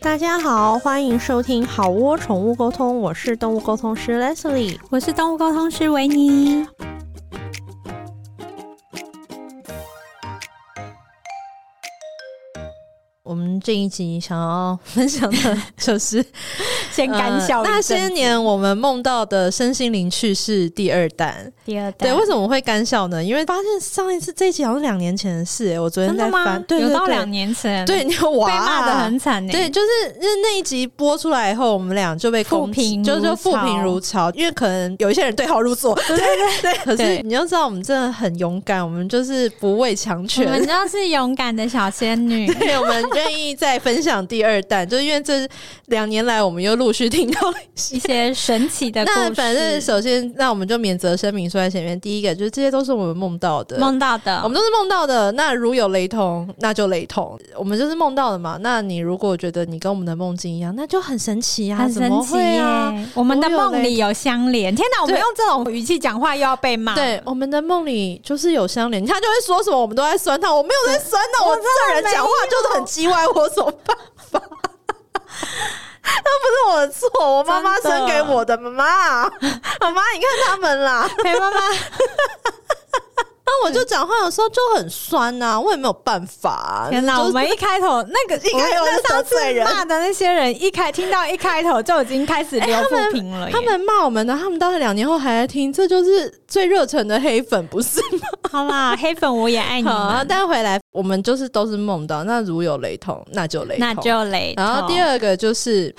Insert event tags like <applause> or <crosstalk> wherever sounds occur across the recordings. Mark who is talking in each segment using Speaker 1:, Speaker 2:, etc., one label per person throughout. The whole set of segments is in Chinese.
Speaker 1: 大家好，欢迎收听好窝宠物沟通，我是动物沟通师 Leslie。
Speaker 2: 我是动物沟通师维尼。
Speaker 1: 我们这一集想要分享的就是
Speaker 2: 先干笑、
Speaker 1: <laughs> 呃那些年我们梦到的身心灵趣事第二弹。
Speaker 2: 第二代
Speaker 1: 对，为什么我会干笑呢？因为发现上一次这一集好像两年前的事、欸，我昨天
Speaker 2: 真
Speaker 1: 在
Speaker 2: 的吗
Speaker 1: 翻，？对对
Speaker 2: 有到
Speaker 1: 对
Speaker 2: 两年前，
Speaker 1: 对，你
Speaker 2: 被
Speaker 1: 娃
Speaker 2: 骂的
Speaker 1: 啊
Speaker 2: 很惨欸呢、
Speaker 1: 对，就是那那一集播出来以后，我们俩就被
Speaker 2: 负
Speaker 1: 攻
Speaker 2: 评
Speaker 1: 击
Speaker 2: 如
Speaker 1: 就就负评
Speaker 2: 潮
Speaker 1: 如潮，因为可能有一些人对号入
Speaker 2: <laughs>
Speaker 1: 座，对对对。可是
Speaker 2: 对
Speaker 1: 你要知道，我们真的很勇敢，我们就是不畏强
Speaker 2: 我们
Speaker 1: 权。
Speaker 2: 就是勇敢的小仙女。
Speaker 1: <laughs> 对，我们愿意再分享第二弹，就是因为这两年来，我们又陆续听到了一些
Speaker 2: 一些神奇的故事，
Speaker 1: <laughs> 那反正首先，那我们就免责声明说在前面，第一个就是这些都是我们梦到的，
Speaker 2: 梦到的，
Speaker 1: 我们都是梦到的。那如有雷同，那就雷同。我们就是梦到的嘛。那你如果觉得你跟我们的梦境一样，那就很神奇呀、啊，
Speaker 2: 很
Speaker 1: 怎
Speaker 2: 神
Speaker 1: 么
Speaker 2: 奇
Speaker 1: 会
Speaker 2: 耶、
Speaker 1: 啊？
Speaker 2: 我们的
Speaker 1: 我有
Speaker 2: 梦
Speaker 1: 嘞
Speaker 2: 里有相连。天哪，我们
Speaker 1: 对
Speaker 2: 用这种语气讲话又要被骂。 <laughs>
Speaker 1: 对，我们的梦里就是有相连，他就会说什么，我们都在酸他，我没有在酸他，我这人讲话就是很叽歪，我有什么办法？
Speaker 2: <laughs>
Speaker 1: 那不是我的错，我妈妈
Speaker 2: 真的
Speaker 1: 生给我的，妈妈， <laughs> 妈妈，你看他们啦。
Speaker 2: 陪妈妈，
Speaker 1: 那我就讲话有时候就很酸呐、我也没有办法、啊。
Speaker 2: 天哪，
Speaker 1: 就是
Speaker 2: 我们一开
Speaker 1: <laughs>
Speaker 2: 头那个
Speaker 1: 应该有在得罪人。
Speaker 2: 骂的那些人，一开听到一开头就已经开
Speaker 1: <laughs>
Speaker 2: 始留负评了耶、
Speaker 1: 哎他们骂我们的，他们到两年后还在听，这就是最热忱的黑粉，不是吗？
Speaker 2: <laughs> 好啦，黑粉我也爱哎你
Speaker 1: 好啊，
Speaker 2: 们，
Speaker 1: 但回来我们就是都是梦到，那如有雷同，那就雷同。
Speaker 2: 那就雷同。
Speaker 1: 然后第二个就是。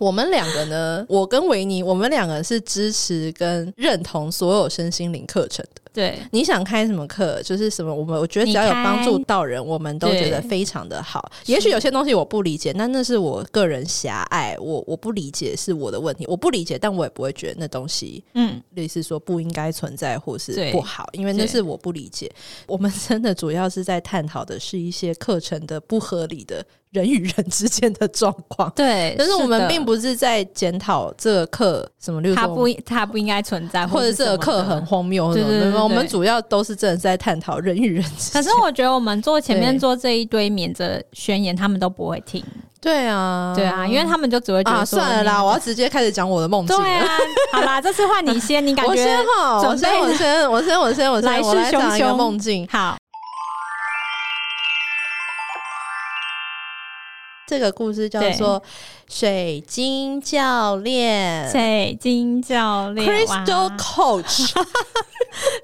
Speaker 1: 我们两个呢，我跟维尼，我们两个是支持跟认同所有身心灵课程的。
Speaker 2: 对，
Speaker 1: 你想开什么课，就是什么，我们我觉得只要有
Speaker 2: 你开
Speaker 1: 帮助到人，我们都觉得
Speaker 2: 对
Speaker 1: 非常的好。也许有些东西我不理解，但那是我个人狭隘，我我不理解是我的问题，我不理解，但我也不会觉得那东西
Speaker 2: 嗯，
Speaker 1: 类似说不应该存在或是
Speaker 2: 对
Speaker 1: 不好，因为那
Speaker 2: 对
Speaker 1: 是我不理解。我们真的主要是在探讨的是一些课程的不合理的人与人之间的状况，
Speaker 2: 对。
Speaker 1: 但是我们并
Speaker 2: 不。
Speaker 1: 不是在检讨这个课什么，例如
Speaker 2: 它
Speaker 1: 说我
Speaker 2: 不
Speaker 1: 们。
Speaker 2: 它不应该存在，
Speaker 1: 或者这
Speaker 2: 啊是
Speaker 1: 个课
Speaker 2: 什么的
Speaker 1: 很。荒谬，
Speaker 2: 对
Speaker 1: 什么
Speaker 2: 对
Speaker 1: 没有
Speaker 2: 对对
Speaker 1: 我们
Speaker 2: 对
Speaker 1: 主要都是真的在探讨人与人之
Speaker 2: 可
Speaker 1: 间。
Speaker 2: 是我觉得我们做前面
Speaker 1: 对
Speaker 2: 做这一堆免责宣言，他们都不会听。
Speaker 1: <laughs> 对啊，
Speaker 2: 对啊，因为他们就只会觉
Speaker 1: 啊
Speaker 2: 得说
Speaker 1: 算了啦，
Speaker 2: 你
Speaker 1: 我要直接开始讲我的梦境
Speaker 2: 对
Speaker 1: 了。
Speaker 2: 啊，好啦，这次换你先，你感
Speaker 1: <laughs> 我先
Speaker 2: 觉
Speaker 1: 哈，我
Speaker 2: 准
Speaker 1: 先
Speaker 2: 备
Speaker 1: 我先我先我先我
Speaker 2: 来
Speaker 1: 先我
Speaker 2: 势
Speaker 1: 来
Speaker 2: 汹
Speaker 1: 讲一个
Speaker 2: 汹
Speaker 1: 梦境。
Speaker 2: 好？
Speaker 1: 这个故事叫做《水晶教练》
Speaker 2: 水晶教练哇 <laughs>
Speaker 1: （Crystal Coach）。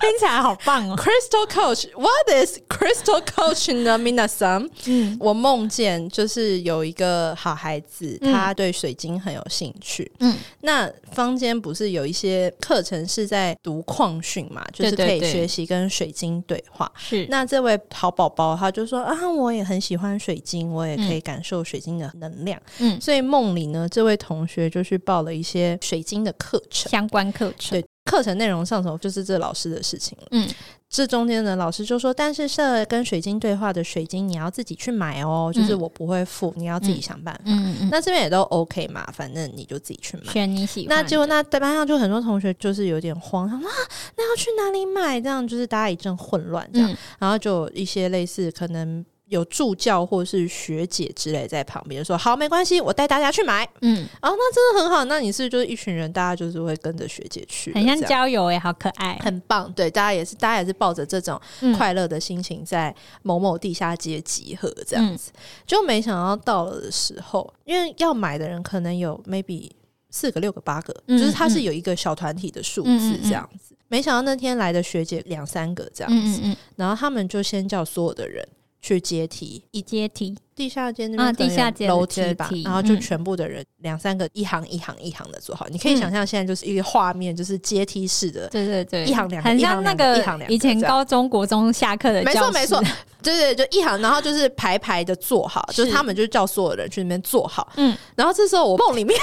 Speaker 2: 听起来好棒哦。
Speaker 1: Crystal Coach，What is Crystal Coach 呢，Minasam？
Speaker 2: <laughs> 嗯
Speaker 1: 我梦见就是有一个好孩子，
Speaker 2: 嗯
Speaker 1: 他对水晶很有兴趣。
Speaker 2: 嗯，
Speaker 1: 那坊间不是有一些课程是在读矿训嘛，就
Speaker 2: 对
Speaker 1: 是可
Speaker 2: 对
Speaker 1: 以
Speaker 2: 对
Speaker 1: 学习跟水晶对话。
Speaker 2: 是
Speaker 1: 那这位好宝宝他就说啊，我也很喜欢水晶，我也可以感受水晶的能量。
Speaker 2: 嗯
Speaker 1: 所以梦里呢，这位同学就去报了一些水晶的课程。
Speaker 2: 相关课程。
Speaker 1: 对，课程内容上头就是这老师的事情了。
Speaker 2: 嗯，
Speaker 1: 这中间呢，老师就说，但是这跟水晶对话的水晶你要自己去买哦，就是
Speaker 2: 嗯
Speaker 1: 我不会付，你要自己想办法。
Speaker 2: 嗯嗯，
Speaker 1: 那这边也都 OK 嘛，反正你就自己去买。
Speaker 2: 选你喜欢的。
Speaker 1: 那结果那在班上就很多同学就是有点慌，他说啊，那要去哪里买？这样就是大家一阵混乱这样，
Speaker 2: 嗯
Speaker 1: 然后就有一些类似可能有助教或是学姐之类在旁边说，好，没关系，我带大家去买。
Speaker 2: 嗯，
Speaker 1: 哦，那真的很好，那你是不是就是一群人，大家就是会跟着学姐去了，
Speaker 2: 很像
Speaker 1: 这样
Speaker 2: 郊游哎，好可爱。
Speaker 1: 很棒，对，大家也是，大家也是抱着这种
Speaker 2: 嗯
Speaker 1: 快乐的心情，在某某地下街集合这样
Speaker 2: 嗯
Speaker 1: 子，就没想到到了的时候，因为要买的人可能有 maybe 四个、六个、八个，
Speaker 2: 嗯
Speaker 1: 就是它是有一个小团体的数字
Speaker 2: 嗯嗯
Speaker 1: 这样子。没想到那天来的学姐两三个这样
Speaker 2: 嗯
Speaker 1: 子，
Speaker 2: 嗯
Speaker 1: 然后他们就先叫所有的人去阶梯。
Speaker 2: 嗯，阶梯。
Speaker 1: 地下街那
Speaker 2: 啊
Speaker 1: 边可
Speaker 2: 地
Speaker 1: 能
Speaker 2: 下街
Speaker 1: 有
Speaker 2: 的
Speaker 1: 楼梯吧
Speaker 2: 阶，梯
Speaker 1: 然后就
Speaker 2: 嗯
Speaker 1: 全部的人两三个一行一行一行的坐好，你可以
Speaker 2: 嗯
Speaker 1: 想象现在就是一个画面，就是阶梯式的
Speaker 2: 对对对，
Speaker 1: 一行两个
Speaker 2: 很像那
Speaker 1: 一行两个一行两个
Speaker 2: 以前
Speaker 1: 这样
Speaker 2: 高中国中下课的
Speaker 1: 没
Speaker 2: 呃教室
Speaker 1: 错
Speaker 2: <laughs>
Speaker 1: 没错，对对，就一行，然后就是排排的坐好，就是
Speaker 2: 是
Speaker 1: 他们就叫所有人去那边坐好。
Speaker 2: 嗯，
Speaker 1: 然后这时候我梦里面，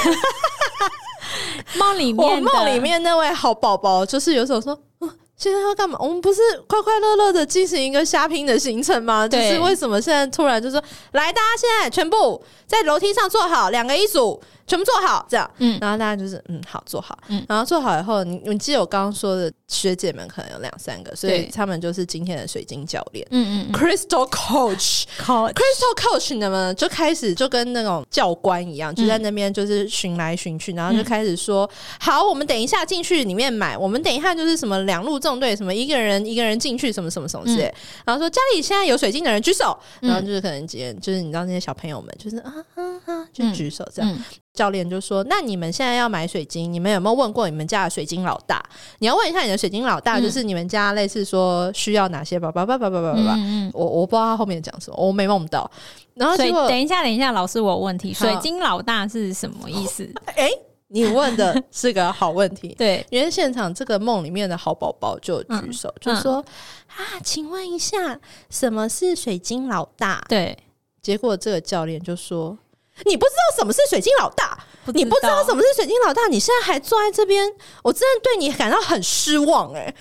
Speaker 2: 梦里
Speaker 1: 我
Speaker 2: 面的
Speaker 1: 梦里面那位好宝宝，就是有时候说，嗯，现在要干嘛？我们不是快快乐乐的进行一个瞎拼的行程吗？就
Speaker 2: 对
Speaker 1: 是为什么现在突然就说，来，大家现在全部在楼梯上坐好，两个一组，全部做好这样。
Speaker 2: 嗯
Speaker 1: 然后大家就是嗯好做好，
Speaker 2: 嗯
Speaker 1: 然后做好以后，你你记得我刚刚说的学姐们可能有两三个，所以
Speaker 2: 对
Speaker 1: 他们就是今天的水晶教练、
Speaker 2: 嗯嗯
Speaker 1: c r y s t a l Coach。
Speaker 2: 考
Speaker 1: Crystal Coach 呢们就开始就跟那种教官一样，就
Speaker 2: 嗯
Speaker 1: 在那边就是巡来巡去，然后就开始说：“好，我们等一下进去里面买，我们等一下就是什么两路纵队，什么一个人一个人进去，什么什么什么之类。然后说：“家里现在有水晶的人举手。”
Speaker 2: 嗯
Speaker 1: 然后就是可能几个人，就是你知道那些小朋友们，就是啊啊啊，就举手这样。
Speaker 2: 嗯
Speaker 1: 教练就说：“那你们现在要买水晶，你们有没有问过你们家的水晶老大？你要问一下你的水晶老大，
Speaker 2: 嗯
Speaker 1: 就是你们家类似说需要哪些吧吧吧吧吧吧吧。
Speaker 2: 嗯
Speaker 1: 我我不知道他后面讲什么，我没梦到。然后
Speaker 2: 所以
Speaker 1: 结果，
Speaker 2: 等一下，等一下，老师，我有问题，
Speaker 1: 好
Speaker 2: 水晶老大是什么意思？。
Speaker 1: 哎、你问的是个好问
Speaker 2: <laughs>
Speaker 1: 题
Speaker 2: 对，
Speaker 1: 因为现场这个梦里面的好宝宝就举手，就说、啊，请问一下，什么是水晶老大？
Speaker 2: 对，
Speaker 1: 结果这个教练就说，你不知道什么是水晶老大，你不知道什
Speaker 2: 么？
Speaker 1: 么是水晶老大，你现在还坐在这边，我真的对你感到很失望哎、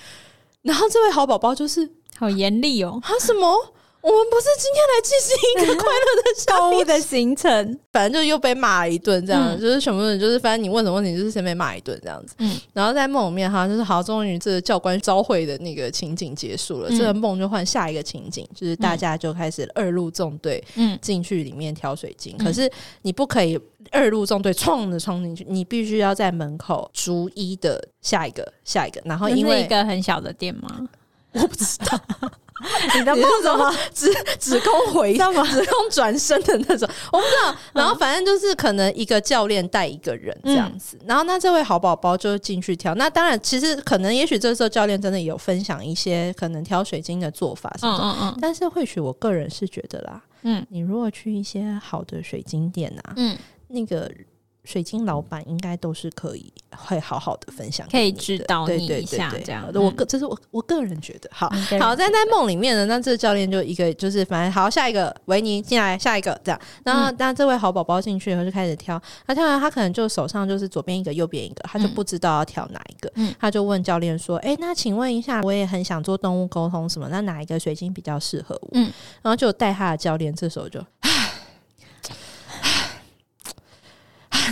Speaker 1: 然后这位好宝宝就是
Speaker 2: 好严厉 <laughs> 哦，
Speaker 1: 啊什么？我们不是今天来进行一个快乐的小
Speaker 2: 购物的行程，
Speaker 1: 反正就又被骂了一顿，这样、
Speaker 2: 嗯
Speaker 1: 就是全部人就是，反正你问什么问题，就是先被骂一顿这样子。
Speaker 2: 嗯
Speaker 1: 然后在梦里面哈，就是好，终于这个教官召会的那个情景结束了，
Speaker 2: 嗯
Speaker 1: 这个梦就换下一个情景，就是大家就开始二路纵队
Speaker 2: 嗯
Speaker 1: 进去里面挑水晶，
Speaker 2: 嗯
Speaker 1: 可是你不可以二路纵队冲着冲进去，你必须要在门口逐一的下一个下一个，然后
Speaker 2: 这
Speaker 1: 因
Speaker 2: 是一
Speaker 1: 为
Speaker 2: 个很小的店吗？
Speaker 1: 我不知道
Speaker 2: 你的
Speaker 1: 你是怎么只只供回
Speaker 2: 什么？
Speaker 1: <laughs> 只用转身的那种，我不知
Speaker 2: 嗯
Speaker 1: 道。然后反正就是可能一个教练带一个人这样
Speaker 2: 嗯
Speaker 1: 子，然后那这位好宝宝就进去挑。那当然，其实可能也许这时候教练真的有分享一些可能挑水晶的做法什
Speaker 2: 嗯
Speaker 1: 么的，
Speaker 2: 嗯嗯
Speaker 1: 但是或许我个人是觉得啦，
Speaker 2: 嗯
Speaker 1: 你如果去一些好的水晶店啊，
Speaker 2: 嗯，
Speaker 1: 那个。水晶老板应该都是可以会好好的分享给
Speaker 2: 可以
Speaker 1: 你的
Speaker 2: 指导
Speaker 1: 对
Speaker 2: 你
Speaker 1: 对
Speaker 2: 一
Speaker 1: 对
Speaker 2: 下
Speaker 1: 对
Speaker 2: 这样
Speaker 1: 我
Speaker 2: 嗯
Speaker 1: 个这是我我个人觉得好，
Speaker 2: 你的人
Speaker 1: 好，在在梦里面呢，那这个教练就一个就是反正好，下一个维尼进来，下一个这样。然后那、这位好宝宝进去以后就开始挑，他挑完他可能就手上就是左边一个，右边一个，他就
Speaker 2: 嗯
Speaker 1: 不知道要挑哪一个，
Speaker 2: 嗯
Speaker 1: 他就问教练说：“哎、那请问一下，我也很想做动物沟通什么，那哪一个水晶比较适合我？”
Speaker 2: 嗯
Speaker 1: 然后就带他的教练这时候就，唉唉唉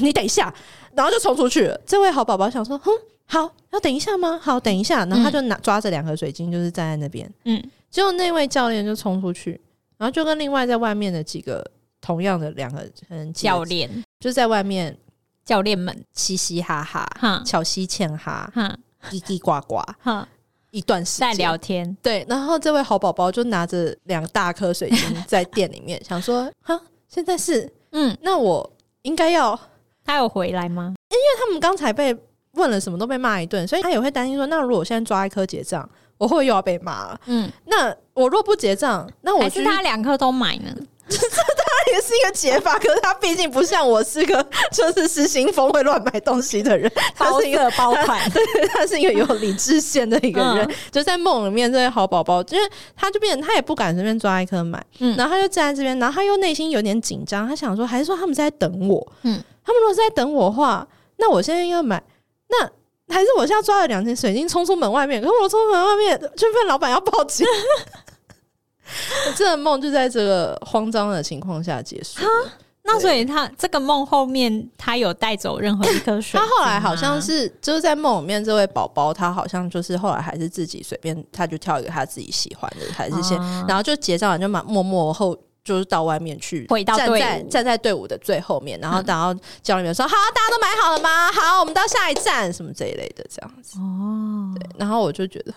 Speaker 1: 你等一下，然后就冲出去了。这位好宝宝想说：“哼。”好，要等一下吗？好，等一下。然后他就拿抓着两颗水晶，就是站在那边。
Speaker 2: 嗯
Speaker 1: 结果那位教练就冲出去，然后就跟另外在外面的几个同样的两个嗯几个
Speaker 2: 教练
Speaker 1: 就在外面
Speaker 2: 教练们，
Speaker 1: 嘻嘻哈哈、
Speaker 2: 哈
Speaker 1: 巧嘻欠哈、
Speaker 2: 哈
Speaker 1: 叽叽呱呱
Speaker 2: 哈，
Speaker 1: 一段时
Speaker 2: 在
Speaker 1: 间
Speaker 2: 聊天，
Speaker 1: 对，然后这位好宝宝就拿着两大颗水晶在店里
Speaker 2: <laughs>
Speaker 1: 面，想说哈，现在是
Speaker 2: 嗯，
Speaker 1: 那我应该要，因
Speaker 2: 他有回来吗？
Speaker 1: 为他们刚才被问了什么都被骂一顿，所以他也会担心说，那如果我现在抓一颗结账，我会不会又要被骂了？
Speaker 2: 嗯，
Speaker 1: 那我若不结账，那我
Speaker 2: 还
Speaker 1: 去
Speaker 2: 是他两颗都买呢？
Speaker 1: <laughs> 也是一个解法，可是他毕竟不像我是个 <laughs> 就是失心疯会乱买东西的人，他
Speaker 2: 包
Speaker 1: 是一个
Speaker 2: 色包款，
Speaker 1: <laughs> 他是一个有理智线的一个
Speaker 2: <laughs> 嗯
Speaker 1: 人，就在梦里面这些好宝宝，因为他就变成他也不敢随便抓一颗买，
Speaker 2: 嗯
Speaker 1: 然后他就站在这边，然后他又内心有点紧张，他想说还是说他们是在等我，
Speaker 2: 嗯
Speaker 1: 他们如果是在等我的话，那我现在要买那。还是我现在抓了两钱水晶冲出门外面，可是我冲出门外面，就被老板要报
Speaker 2: <laughs>
Speaker 1: 警。这个梦就在这个慌张的情况下结
Speaker 2: <laughs>
Speaker 1: 束了。 <laughs>
Speaker 2: 那所以他这个梦后面，他有带走任何一颗水晶
Speaker 1: 他
Speaker 2: 吗？
Speaker 1: 后来好像是就是在梦里面，这位宝宝他好像就是后来还是自己随便，他就挑一个他自己喜欢的，还是先，
Speaker 2: 啊
Speaker 1: 然后就结账完就马默默后。就是到外面去，
Speaker 2: 回到
Speaker 1: 站
Speaker 2: 队伍嗯
Speaker 1: 在站在队伍的最后面，然后等到教练员说：“好，大家都买好了吗？好，我们到下一站什么这一类的这样子。
Speaker 2: 哦，”
Speaker 1: 然后我就觉得，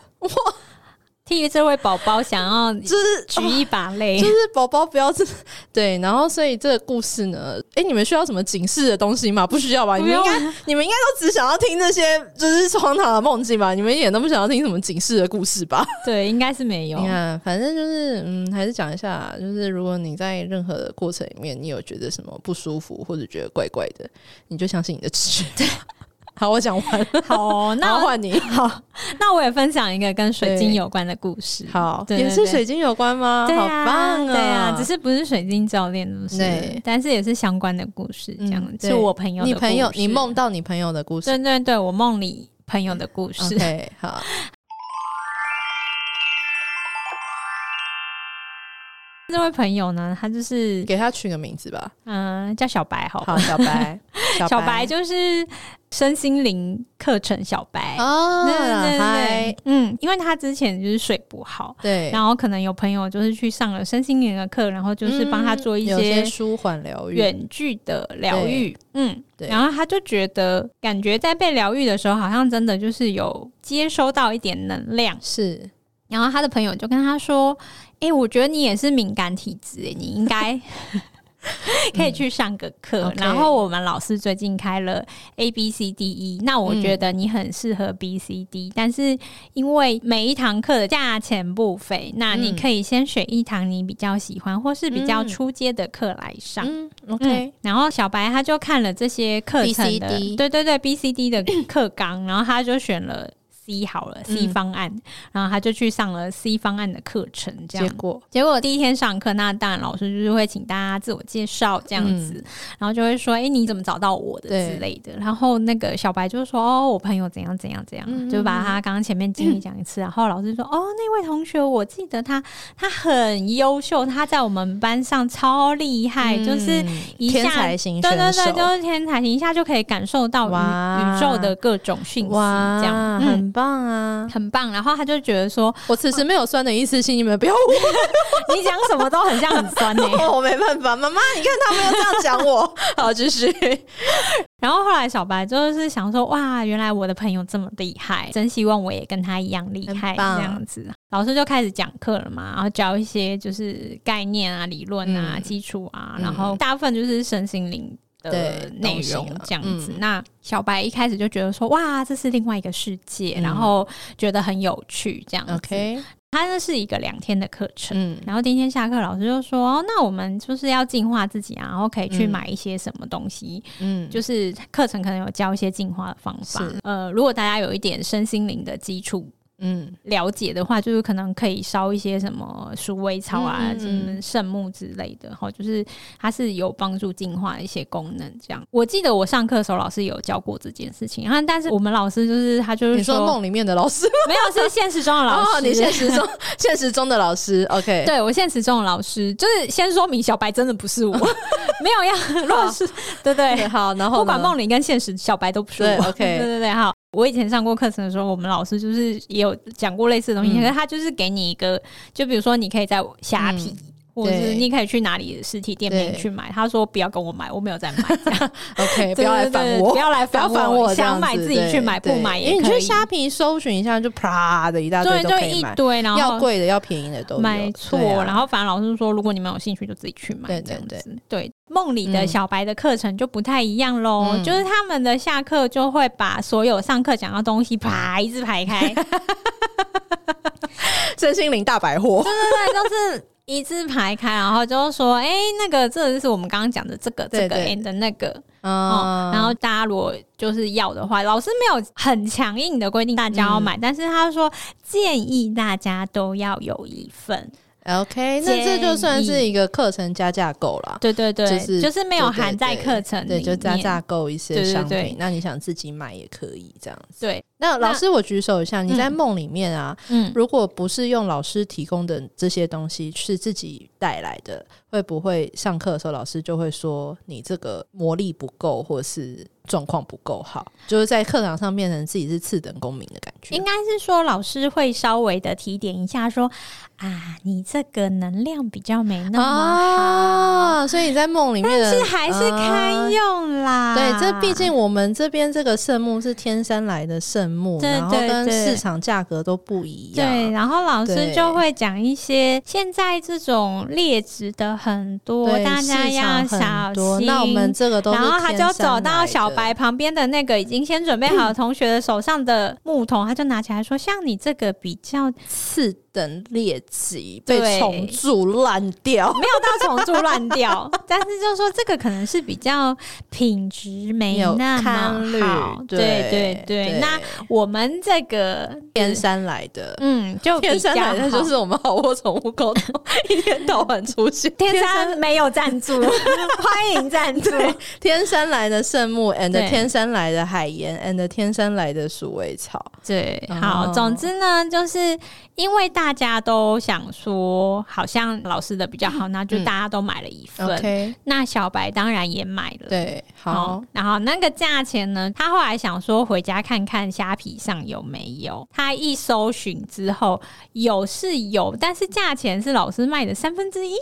Speaker 2: 替这位宝宝想要
Speaker 1: 就是哦
Speaker 2: 举一把泪
Speaker 1: 就，是宝宝不要这对，然后所以这个故事呢，哎、你们需要什么警示的东西吗？不需要吧？你
Speaker 2: <laughs> 不
Speaker 1: 们应
Speaker 2: 用
Speaker 1: 该你们应该都只想要听这些就是荒唐的梦境吧？你们一点都不想要听什么警示的故事吧？
Speaker 2: 对， <laughs> 应该是没有
Speaker 1: <laughs> 你。看，反正就是嗯，还是讲一下，就是如果你在任何的过程里面，你有觉得什么不舒服或者觉得怪怪的，你就相信你的直觉。 <laughs> 好，我讲完了，
Speaker 2: 好哦，
Speaker 1: <laughs> 然后
Speaker 2: 那
Speaker 1: 换你。好，
Speaker 2: 那我也分享一个跟水晶
Speaker 1: 对
Speaker 2: 有关的故事。
Speaker 1: 好，
Speaker 2: 对对
Speaker 1: 也是
Speaker 2: 对
Speaker 1: 水晶有关吗？
Speaker 2: 对
Speaker 1: 哦好
Speaker 2: 啊，
Speaker 1: 棒
Speaker 2: 对啊，只
Speaker 1: 是
Speaker 2: 是不是水晶教练的故
Speaker 1: 对
Speaker 2: 事，但是也是相关的故事，这样、
Speaker 1: 嗯对
Speaker 2: 是我朋友的
Speaker 1: 你朋友
Speaker 2: 故，事
Speaker 1: 你梦到你朋友的故事
Speaker 2: 对对对，我梦里朋友的故事。
Speaker 1: OK，好，
Speaker 2: <laughs> 这位朋友呢，他就是
Speaker 1: 给他取个名字吧。
Speaker 2: 嗯、叫小白好了，
Speaker 1: 好，小白， <laughs> 小
Speaker 2: 小白就是身心灵课程小白。
Speaker 1: 哦，
Speaker 2: 对对
Speaker 1: 嗨
Speaker 2: 对，，嗯，因为他之前就是睡不好，
Speaker 1: 对，
Speaker 2: 然后可能有朋友就是去上了身心灵的课，然后就是帮他做一
Speaker 1: 嗯有
Speaker 2: 些
Speaker 1: 些舒缓疗愈，
Speaker 2: 远距的疗愈，嗯，
Speaker 1: 对
Speaker 2: 然后他就觉得感觉在被疗愈的时候，好像真的就是有接收到一点能量。
Speaker 1: 是
Speaker 2: 然后他的朋友就跟他说：“哎、我觉得你也是敏感体质，诶你应
Speaker 1: <laughs>
Speaker 2: 该可以去上个课。
Speaker 1: 嗯 OK
Speaker 2: 然后我们老师最近开了 A B C D E，那我觉得你很适合 B C D，、但是因为每一堂课的价钱不菲，那你
Speaker 1: 嗯
Speaker 2: 可以先选一堂你比较喜欢或是比较
Speaker 1: 嗯
Speaker 2: 出街的课来上。
Speaker 1: 嗯
Speaker 2: 嗯
Speaker 1: ，OK，，
Speaker 2: 然后小白他就看了这些课程的
Speaker 1: BCD
Speaker 2: 对对对，B C D 的课纲，然后他就选了 C 好了，C
Speaker 1: 嗯
Speaker 2: 方案，然后他就去上了 C 方案的课程，这
Speaker 1: 结
Speaker 2: 样。
Speaker 1: 果
Speaker 2: 结果第一天上课，那当然老师就是会请大家自我介绍这样子，然后就会说：“哎、你怎么找到我的
Speaker 1: 嗯对
Speaker 2: 之类的。”然后那个小白就说：“哦，我朋友怎样怎样怎样。
Speaker 1: 嗯
Speaker 2: 就把他刚刚前面经历讲一
Speaker 1: <clears throat>
Speaker 2: 次。然后老师说：“哦，那位同学，我记得他，他很优秀，他在我们班上超厉害，哎就是
Speaker 1: 嗯
Speaker 2: 一下
Speaker 1: 天才型选
Speaker 2: 对对
Speaker 1: 手
Speaker 2: 对，，就是天才，你一下就可以感受到宇
Speaker 1: 哇
Speaker 2: 宇宙的各种讯息，
Speaker 1: 哇，
Speaker 2: 这样，嗯，
Speaker 1: 很棒啊！
Speaker 2: 很棒。然后他就觉得说， <laughs>
Speaker 1: 我此时没有酸的意思，请你们不要误
Speaker 2: 你讲什么都很像很酸欸呢、
Speaker 1: 会，我没办法，妈妈，你看他们又这样讲
Speaker 2: <laughs>
Speaker 1: 我，好，继续，
Speaker 2: 然后后来小白就是想说，哇，原来我的朋友这么厉害，真希望我也跟他一样厉害这
Speaker 1: 很棒
Speaker 2: 样子。老师就开始讲课了嘛，然后教一些就是概念啊、理论啊、
Speaker 1: 嗯
Speaker 2: 基础啊，
Speaker 1: 嗯
Speaker 2: 然后大部分就是身心灵。的
Speaker 1: 对
Speaker 2: 内容
Speaker 1: 东西啊
Speaker 2: 这样子，
Speaker 1: 嗯
Speaker 2: 那小白一开始就觉得说，哇，这是另外一个世界，
Speaker 1: 嗯
Speaker 2: 然后觉得很有趣，这样子。
Speaker 1: ，OK，
Speaker 2: 它那是一个两天的课程，
Speaker 1: 嗯
Speaker 2: 然后第一天下课，老师就说：“哦，那我们就是要净化自己啊，然后可以去
Speaker 1: 嗯
Speaker 2: 买一些什么东西，
Speaker 1: 嗯，
Speaker 2: 就是课程可能有教一些净化的方法
Speaker 1: 是。
Speaker 2: 呃，如果大家有一点身心灵的基础
Speaker 1: 嗯
Speaker 2: 了解的话，就是可能可以烧一些什么鼠尾草啊、
Speaker 1: 嗯嗯
Speaker 2: 什
Speaker 1: 嗯
Speaker 2: 么圣木之类的，哈，就是它是有帮助净化一些功能。这样，我记得我上课的时候，老师有教过这件事情，然后但是我们老师就是他就是
Speaker 1: 你说梦里面的老师，
Speaker 2: 没有是现实中的老师，
Speaker 1: 哦，你现实中现实中的老师，OK，
Speaker 2: 对我现实中的老师，就是先说明小白真的不
Speaker 1: <laughs>
Speaker 2: 是我，没有要，如果是对对，
Speaker 1: 好，然后
Speaker 2: 不管
Speaker 1: 呢
Speaker 2: 梦里跟现实，小白都不是我。 <laughs>
Speaker 1: 对，OK
Speaker 2: 对对对，好。我以前上过课程的时候，我们老师就是也有讲过类似的东西，
Speaker 1: 嗯
Speaker 2: 可是他就是给你一个，就比如说你可以在虾皮。或者是
Speaker 1: 对
Speaker 2: 你可以去哪里的实体店面
Speaker 1: 对
Speaker 2: 去买，他说不要跟我买，我没有在买，这
Speaker 1: <laughs>
Speaker 2: 样
Speaker 1: ，OK，不要来
Speaker 2: 对对
Speaker 1: 烦
Speaker 2: 对
Speaker 1: 我
Speaker 2: 不。要来
Speaker 1: 不要
Speaker 2: 烦
Speaker 1: 烦我，这
Speaker 2: 想
Speaker 1: 样
Speaker 2: 买
Speaker 1: 子
Speaker 2: 自己去
Speaker 1: 对
Speaker 2: 买，不
Speaker 1: 对
Speaker 2: 买也
Speaker 1: 因为你
Speaker 2: 可以
Speaker 1: 去虾皮搜寻一下，就啪的一大堆
Speaker 2: 对，
Speaker 1: 都
Speaker 2: 就
Speaker 1: 可以
Speaker 2: 一
Speaker 1: 买，
Speaker 2: 堆，然后
Speaker 1: 要贵的要便宜的都有，
Speaker 2: 没错，
Speaker 1: 对啊
Speaker 2: 然后反正老师说，如果你们有兴趣，就自己去买。
Speaker 1: 对
Speaker 2: 这
Speaker 1: 对
Speaker 2: 样
Speaker 1: 对
Speaker 2: 子，对梦里的小白的课程就不太一样喽，
Speaker 1: 嗯
Speaker 2: 就是他们的下课就会把所有上课讲到东西排
Speaker 1: 嗯
Speaker 2: 一字排
Speaker 1: <laughs>
Speaker 2: 开，对对
Speaker 1: 身心灵大百货，
Speaker 2: 对，就是。一字排开，然后就说：“哎、那个，这就是我们刚刚讲的这个、这
Speaker 1: 对
Speaker 2: 个
Speaker 1: 对
Speaker 2: and 那个。哦
Speaker 1: 嗯，
Speaker 2: 然后大家如果就是要的话，老师没有很强硬的规定大家要
Speaker 1: 嗯
Speaker 2: 买，但是他说建议大家都要有一份。
Speaker 1: OK，那这就算是一个课程加架构啦。
Speaker 2: 对对对，
Speaker 1: 就是
Speaker 2: 就是没有含在课程里
Speaker 1: 对，
Speaker 2: 面。
Speaker 1: 就加架构一些商品，
Speaker 2: 嗯对对对
Speaker 1: 那你想自己买也可以这样子。
Speaker 2: 对，
Speaker 1: 那老师，我举手一下，你在梦里面啊，
Speaker 2: 嗯，
Speaker 1: 如果不是用老师提供的这些东西是自己带来的，会不会上课的时候老师就会说你这个魔力不够，或是状况不够好，就是在课堂上变成自己是次等公民的感觉
Speaker 2: 应？该是说老师会稍微的提点一下说，啊，你这个能量比较没那
Speaker 1: 哦
Speaker 2: 么好，
Speaker 1: 啊，所以你在梦里面的，
Speaker 2: 但是还是
Speaker 1: 啊
Speaker 2: 堪用啦。
Speaker 1: 哦对，这毕竟我们这边这个圣木是天山来的圣木，
Speaker 2: 对
Speaker 1: 然后
Speaker 2: 对
Speaker 1: 跟
Speaker 2: 对
Speaker 1: 市场价格都不一样。
Speaker 2: 对，然后老师
Speaker 1: 对
Speaker 2: 就会讲一些现在这种劣质的很多，
Speaker 1: 对，
Speaker 2: 大家
Speaker 1: 市场
Speaker 2: 要
Speaker 1: 很
Speaker 2: 小
Speaker 1: 多
Speaker 2: 心。
Speaker 1: 那我们这个都是
Speaker 2: 然后他
Speaker 1: 天
Speaker 2: 就
Speaker 1: 山
Speaker 2: 走到
Speaker 1: 来
Speaker 2: 小
Speaker 1: 的
Speaker 2: 白旁边的那个已经先准备好的同学的手上的木桶，他就拿起来说：“像你这个比较
Speaker 1: 次等劣级
Speaker 2: 对
Speaker 1: 被虫蛀烂掉。
Speaker 2: 没有到虫蛀乱掉，但是就说这个可能是比较品质没
Speaker 1: 有
Speaker 2: 那
Speaker 1: 看
Speaker 2: 么
Speaker 1: 率
Speaker 2: 好，，对对对。那我们这个
Speaker 1: 天山来的，
Speaker 2: 嗯，就比
Speaker 1: 天
Speaker 2: 较
Speaker 1: 山来的就
Speaker 2: 好
Speaker 1: 是我们好窝宠物沟通，一天到晚出现。
Speaker 2: 天山没有赞助，
Speaker 1: <laughs>
Speaker 2: 欢迎赞助。
Speaker 1: 对天山来的圣木，and
Speaker 2: 对
Speaker 1: 天山来的海盐，and 天山来的鼠尾草。
Speaker 2: 对，
Speaker 1: 哦
Speaker 2: 好，总之呢，就是因为大大家都想说，好像老师的比较好，那就
Speaker 1: 嗯
Speaker 2: 大家都买了一份。
Speaker 1: OK，
Speaker 2: 那小白当然也买了。
Speaker 1: 对，好
Speaker 2: 哦，，然后那个价钱呢？他后来想说回家看看虾皮上有没有，他一搜寻之后有是有，但是价钱是老师卖的三分之一。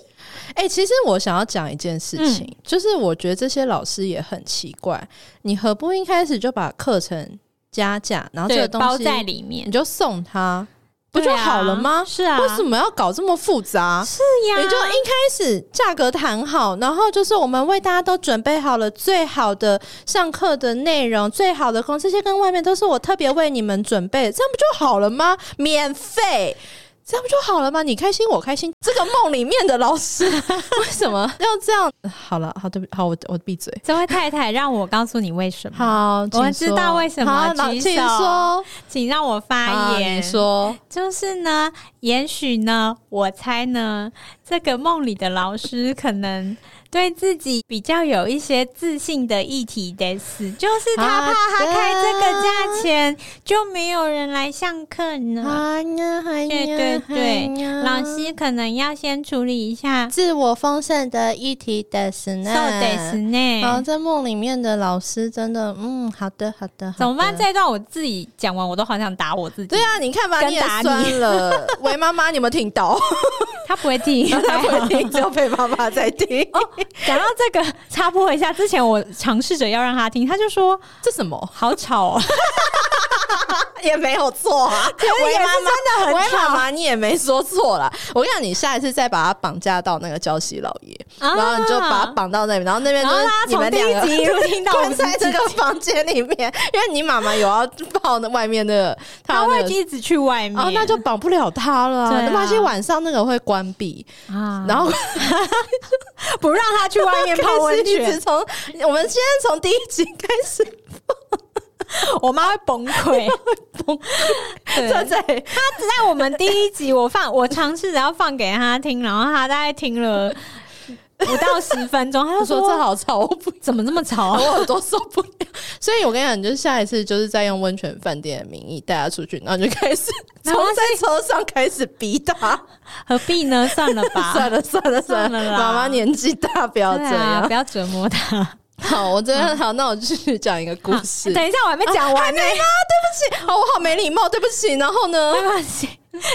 Speaker 1: 哎、其实我想要讲一件事情，
Speaker 2: 嗯
Speaker 1: 就是我觉得这些老师也很奇怪，你何不一开始就把课程加价，然后哦这
Speaker 2: 对，
Speaker 1: 个
Speaker 2: 包
Speaker 1: 东西
Speaker 2: 在里
Speaker 1: 你
Speaker 2: 面，
Speaker 1: 就送他，不就好了吗？
Speaker 2: 对啊是啊，
Speaker 1: 为什么要搞这么复杂？
Speaker 2: 是呀？
Speaker 1: 你就一开始价格谈好，然后就是我们为大家都准备好了最好的上课的内容、最好的公司，这些跟外面都是我特别为你们准备的，这样不就好了吗？免费。这样不就好了吗？你开心，我开心。这个梦里面的老师 <laughs> 为什么要这样？好了，好，对不好，我我闭嘴。
Speaker 2: 这位太太让我告诉你为什么，
Speaker 1: 好，
Speaker 2: 我
Speaker 1: 请
Speaker 2: 知
Speaker 1: 说
Speaker 2: 道为什么
Speaker 1: 好，老
Speaker 2: 举
Speaker 1: 请
Speaker 2: 手
Speaker 1: 说，
Speaker 2: 请让我
Speaker 1: 好
Speaker 2: 发
Speaker 1: 你
Speaker 2: 言。
Speaker 1: 说，
Speaker 2: 就是呢，也许呢，我猜呢，这个梦里的老师可能对自己比较有一些自信的议题得死，就是他怕他开这个价钱就没有人来上课呢。
Speaker 1: 哎呀，哎
Speaker 2: 嗯对
Speaker 1: 呀
Speaker 2: 对对
Speaker 1: 哎呀
Speaker 2: 老师可能要先处理一下，
Speaker 1: 自我丰盛的议题的是
Speaker 2: 受
Speaker 1: 呢，
Speaker 2: 得是内。
Speaker 1: 然后在梦里面的老师真的，嗯，好的，好的，好的
Speaker 2: 怎么办？这一段我自己讲完，我都好想打我自己。
Speaker 1: 对啊，你看吧，
Speaker 2: 跟
Speaker 1: 你也
Speaker 2: 打你
Speaker 1: 酸了。 <laughs> 喂，妈妈，你有没有听到？
Speaker 2: 他不会听，
Speaker 1: <laughs> 他不听，只有被妈妈在听。
Speaker 2: <laughs> 讲到这个，插播一下，之前我尝试着要让他听，他就说
Speaker 1: 这什么？
Speaker 2: 好吵哦，
Speaker 1: 也没有错啊。喂，妈妈，喂，妈妈，你也没说错啦。我跟你讲，你下一次再把他绑架到那个礁溪老爷，
Speaker 2: 啊
Speaker 1: 然后你就把他绑到那边，然后那边
Speaker 2: 然
Speaker 1: 就
Speaker 2: 后
Speaker 1: 是
Speaker 2: 他
Speaker 1: 你
Speaker 2: 从
Speaker 1: 们
Speaker 2: 第
Speaker 1: 两
Speaker 2: 一
Speaker 1: <laughs> 个
Speaker 2: 集一路听到我
Speaker 1: 关
Speaker 2: 们
Speaker 1: 在这
Speaker 2: 自己
Speaker 1: 个房间里面，因为你妈妈有要抱那外面那个，
Speaker 2: 他
Speaker 1: 要那
Speaker 2: 会
Speaker 1: 个
Speaker 2: 一直去外面，
Speaker 1: 哦，那就绑不了他
Speaker 2: 嗯
Speaker 1: 了、
Speaker 2: 对啊
Speaker 1: 那么而且晚上那个会关闭，
Speaker 2: 啊
Speaker 1: 然后
Speaker 2: <laughs> 不让他去外面泡温
Speaker 1: 开始一直
Speaker 2: 泉，
Speaker 1: 从我们现在从第一集开始，
Speaker 2: 我妈会崩 <laughs> 溃，崩
Speaker 1: 对
Speaker 2: 溃。
Speaker 1: 对对，
Speaker 2: 他只在我们第一集，我放我尝试着要放给他听，然后他大概听了不到十分钟，他
Speaker 1: 他
Speaker 2: 就
Speaker 1: 说
Speaker 2: <laughs> 说
Speaker 1: 这好吵，我不，
Speaker 2: 怎么这么吵
Speaker 1: 我
Speaker 2: 啊？
Speaker 1: 耳朵受不了。所以我跟你讲，你就是下一次就是再用温泉饭店的名义带他出去，然后你就开
Speaker 2: <laughs>
Speaker 1: 始从
Speaker 2: 然后
Speaker 1: 在车上开始逼
Speaker 2: <laughs>
Speaker 1: 他，
Speaker 2: 何必呢？算了吧，
Speaker 1: <laughs> 算了算了
Speaker 2: 算了啦
Speaker 1: 妈妈年纪大，不要这
Speaker 2: 对啊，
Speaker 1: 样。
Speaker 2: 不要折磨他。
Speaker 1: 好，我真的好，那我继续讲一个故
Speaker 2: <laughs>
Speaker 1: 事。
Speaker 2: 等一下，我还没哎讲完欸呢、
Speaker 1: 对不起，哦，我好没礼貌，对不起。然后
Speaker 2: <laughs>
Speaker 1: 呢？
Speaker 2: 没关系，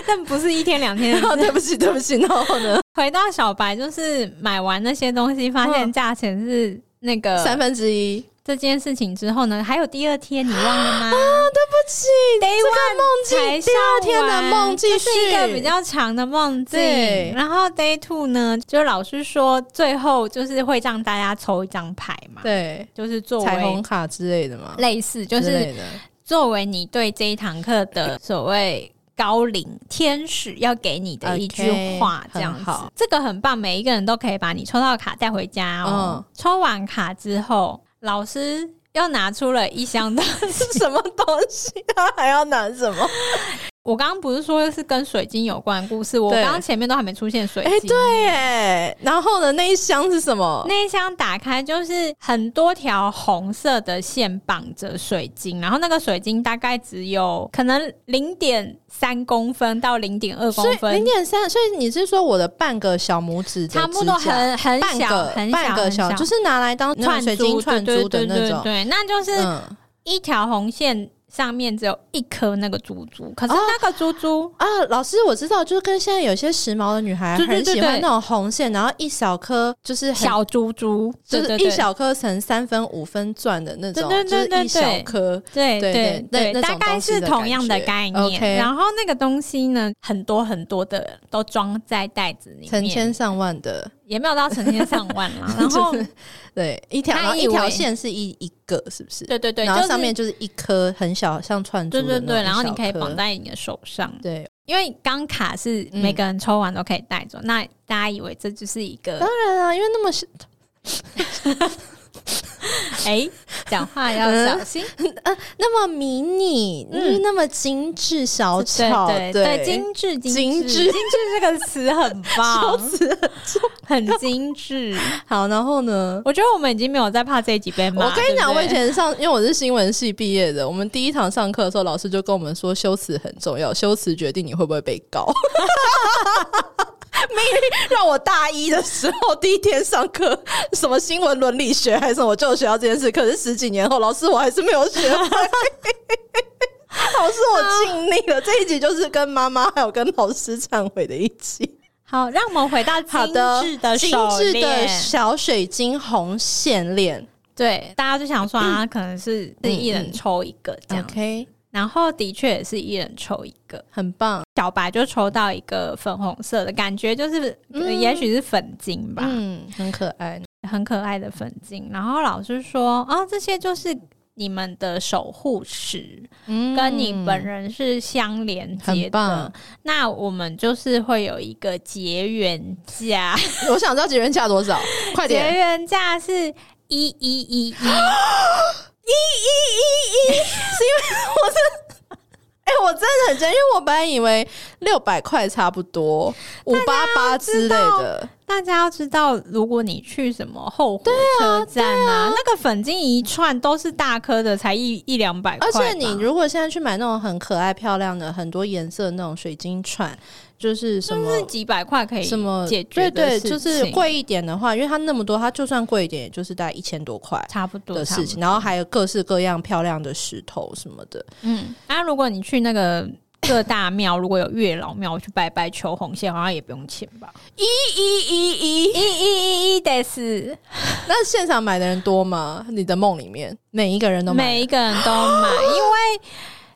Speaker 2: 但不是一天两天的
Speaker 1: 然
Speaker 2: 事
Speaker 1: 后 <laughs> 对不起，对不起，然后呢？
Speaker 2: 回到小白，就是买完那些东西，发现价钱是那个
Speaker 1: 三分之一。
Speaker 2: 这件事情之后呢，还有第二天，你忘了吗？
Speaker 1: 对不起，
Speaker 2: Day
Speaker 1: 这个
Speaker 2: one
Speaker 1: 梦境，
Speaker 2: 才
Speaker 1: 啊第二天的梦继
Speaker 2: 就
Speaker 1: 续
Speaker 2: 是一个比较长的梦境
Speaker 1: 对。
Speaker 2: 然后 day two 呢，就老师说最后就是会让大家抽一张牌嘛，
Speaker 1: 对
Speaker 2: 就是作
Speaker 1: 彩虹
Speaker 2: 为
Speaker 1: 卡之类的嘛，
Speaker 2: 类似，就
Speaker 1: 之
Speaker 2: 是
Speaker 1: 类的
Speaker 2: 作为你对这一堂课的所谓。高龄天使要给你的一句
Speaker 1: OK，
Speaker 2: 话，这样
Speaker 1: 很
Speaker 2: 子
Speaker 1: 好
Speaker 2: 这个很棒，每一个人都可以把你抽到的卡带回家哦。
Speaker 1: 嗯
Speaker 2: 抽完卡之后，老师又拿出了一箱东西，
Speaker 1: <laughs> 是什么东西啊？还要拿什 <laughs> 么？
Speaker 2: 我刚刚不是说是跟水晶有关的故事，我
Speaker 1: 对
Speaker 2: 刚刚前面都还没出现水
Speaker 1: 哎、
Speaker 2: 晶。
Speaker 1: 对哦耶，然后呢，那一箱是什么？
Speaker 2: 那一箱打开就是很多条红色的线绑着水晶，然后那个水晶大概只有可能零点三公分到零点二公
Speaker 1: 所以零
Speaker 2: 分，
Speaker 1: 点三，所以你是说我的半个小拇指的
Speaker 2: 差不多
Speaker 1: 指甲
Speaker 2: 很很
Speaker 1: 半
Speaker 2: 小
Speaker 1: 个
Speaker 2: 很小
Speaker 1: 半个
Speaker 2: 很
Speaker 1: 小，
Speaker 2: 小，
Speaker 1: 就是拿来当那种
Speaker 2: 串
Speaker 1: 水晶
Speaker 2: 珠
Speaker 1: 串
Speaker 2: 对
Speaker 1: 珠的
Speaker 2: 对
Speaker 1: 那
Speaker 2: 对对
Speaker 1: 种。
Speaker 2: 对，那就是
Speaker 1: 嗯
Speaker 2: 一条红线上面只有一颗那个珠珠，可是
Speaker 1: 哦
Speaker 2: 那个珠珠。
Speaker 1: 啊，老师，我知道，就是跟现在有些时髦的女孩
Speaker 2: 对对
Speaker 1: 很
Speaker 2: 对
Speaker 1: 喜欢
Speaker 2: 对
Speaker 1: 那种红线，然后一小颗就是很
Speaker 2: 小珠珠，
Speaker 1: 就
Speaker 2: 对
Speaker 1: 是
Speaker 2: 对对
Speaker 1: 一小颗成三分五分钻的那种，
Speaker 2: 对对
Speaker 1: 就是
Speaker 2: 对
Speaker 1: 一
Speaker 2: 对
Speaker 1: 小颗。
Speaker 2: 对
Speaker 1: 对
Speaker 2: 对
Speaker 1: 对那那
Speaker 2: 大
Speaker 1: 种
Speaker 2: 概
Speaker 1: 东西
Speaker 2: 是
Speaker 1: 的
Speaker 2: 同
Speaker 1: 感
Speaker 2: 样的
Speaker 1: 觉
Speaker 2: 概念。
Speaker 1: OK
Speaker 2: 然后那个东西呢，很多很多的都装在袋子里面，
Speaker 1: 成千上万的，
Speaker 2: 也没有到成千上万啦。
Speaker 1: <laughs>
Speaker 2: 然后、
Speaker 1: 就是对，一条
Speaker 2: 他
Speaker 1: 然后一
Speaker 2: 以为
Speaker 1: 条线是一一个，是不是？
Speaker 2: 对对对，
Speaker 1: 然
Speaker 2: 就
Speaker 1: 后
Speaker 2: 是
Speaker 1: 上面就是一颗很小，像串
Speaker 2: 对
Speaker 1: 珠的
Speaker 2: 对对，
Speaker 1: 那
Speaker 2: 然
Speaker 1: 种
Speaker 2: 后你
Speaker 1: 一小
Speaker 2: 可以绑
Speaker 1: 颗
Speaker 2: 在你的手上。
Speaker 1: 对，
Speaker 2: 因为钢卡是
Speaker 1: 嗯
Speaker 2: 每个人抽完都可以带走，<laughs>
Speaker 1: 嗯
Speaker 2: 那大家以为这就是一个
Speaker 1: 当然啊，因为那么小
Speaker 2: 哎，讲话要小心，
Speaker 1: 嗯那么迷你，嗯，那么精致小巧，
Speaker 2: 对对，精致
Speaker 1: 精
Speaker 2: 致
Speaker 1: 致
Speaker 2: 精致这个词很
Speaker 1: 超 <laughs>
Speaker 2: 棒，
Speaker 1: 值。
Speaker 2: 很精致。
Speaker 1: 好，然后呢？
Speaker 2: <laughs> 我觉得我们已经没有在怕这一集被骂。
Speaker 1: 我跟你讲，
Speaker 2: 对不对
Speaker 1: 我以前上，因为我是新闻系毕业的，我们第一堂上课的时候，老师就跟我们说，修辞很重要，修辞决定你会不会被 <laughs> 告。明明让我大一的时候第一天上课，什么新闻伦理学还是什么，我就有学到这件事。可是十几年后，老师我还是没有学会。 <laughs> 老师，我尽力了。这一集就是跟妈妈还有跟老师忏悔的一集。
Speaker 2: 好，让我们回到精
Speaker 1: 好的，
Speaker 2: 致的
Speaker 1: 精
Speaker 2: 手
Speaker 1: 致的
Speaker 2: 链
Speaker 1: 小水晶红线链。
Speaker 2: 对，大家就想说啊，可能是是一人抽一个这样，
Speaker 1: 嗯 OK，
Speaker 2: 然后的确也是一人抽一个。
Speaker 1: 很棒。
Speaker 2: 小白就抽到一个粉红色的感觉，就是、
Speaker 1: 嗯
Speaker 2: 也许是粉晶吧，
Speaker 1: 嗯，很可爱。
Speaker 2: 很可爱的粉晶。然后老师说啊，这些就是你们的守护石，
Speaker 1: 嗯
Speaker 2: 跟你本 <laughs> 人是相连接
Speaker 1: 很棒
Speaker 2: 的。那我们就是会有一个结缘价，
Speaker 1: 我想知道结缘价多 <laughs> 少，快
Speaker 2: 结
Speaker 1: 点！
Speaker 2: 缘价是一一
Speaker 1: <laughs>
Speaker 2: 一一。
Speaker 1: 哎、我真的很真，因为我本来以为六百块差不多，五八八之类的。
Speaker 2: <laughs> 大家要知道，如果你去什么后火车站啊，那个粉晶一串都是大颗的，才一一两百块
Speaker 1: 而
Speaker 2: 吧。
Speaker 1: 且你如果现在去买那种很可爱漂亮的、很多颜色的那种水晶串，就是什么
Speaker 2: 就是几百块可以
Speaker 1: 什么
Speaker 2: 解决的事
Speaker 1: 对对，
Speaker 2: 情，
Speaker 1: 就是贵一点的话，因为它那么多，它就算贵一点，也就是大概一千多块
Speaker 2: 差不多
Speaker 1: 的事。
Speaker 2: 差不
Speaker 1: 情。
Speaker 2: 多
Speaker 1: 然后还有各式各样漂亮的石头什么的。
Speaker 2: 嗯，那、如果你去那个 <coughs> 各大庙，如果有月老庙去拜拜求红线，好像也不用钱吧？
Speaker 1: 一一一
Speaker 2: 一一一一得是，
Speaker 1: 那现场买的人多吗？你的梦里面每一个人都买
Speaker 2: 每一个人都
Speaker 1: <gasps>
Speaker 2: 买，因为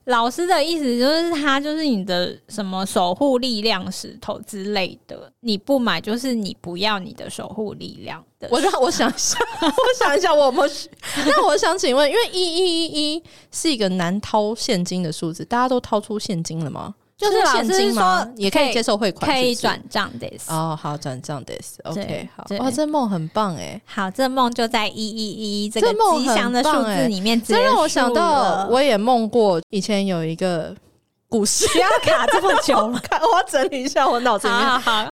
Speaker 2: 老师的意思就是他就是你的什么守护力量石头之类的，你不买就是你不要你的守护力量的。
Speaker 1: 我让我想一下，我想一下，我有没有学？ <laughs> 那我想请问，因为一一一一是一个难掏现金的数字，大家都掏出现金了吗？
Speaker 2: 就是
Speaker 1: 是
Speaker 2: 老
Speaker 1: 现
Speaker 2: 师
Speaker 1: 金吗
Speaker 2: 说
Speaker 1: 也可
Speaker 2: 可
Speaker 1: 以
Speaker 2: 以
Speaker 1: 接受汇款，
Speaker 2: 可以
Speaker 1: 是不是
Speaker 2: 转账的是。
Speaker 1: 哦，好转账 this
Speaker 2: 对
Speaker 1: OK 好
Speaker 2: 对
Speaker 1: 哇，这梦很棒哎，
Speaker 2: 好，这梦就在一一一一这个
Speaker 1: 这梦
Speaker 2: 吉祥的数
Speaker 1: 很棒
Speaker 2: 字
Speaker 1: 欸
Speaker 2: 里面结束了，
Speaker 1: 这让我想到，我也梦过以前有一个故事，。
Speaker 2: 不要卡这么久了
Speaker 1: 看我要整理一下我脑子里面
Speaker 2: 好好好，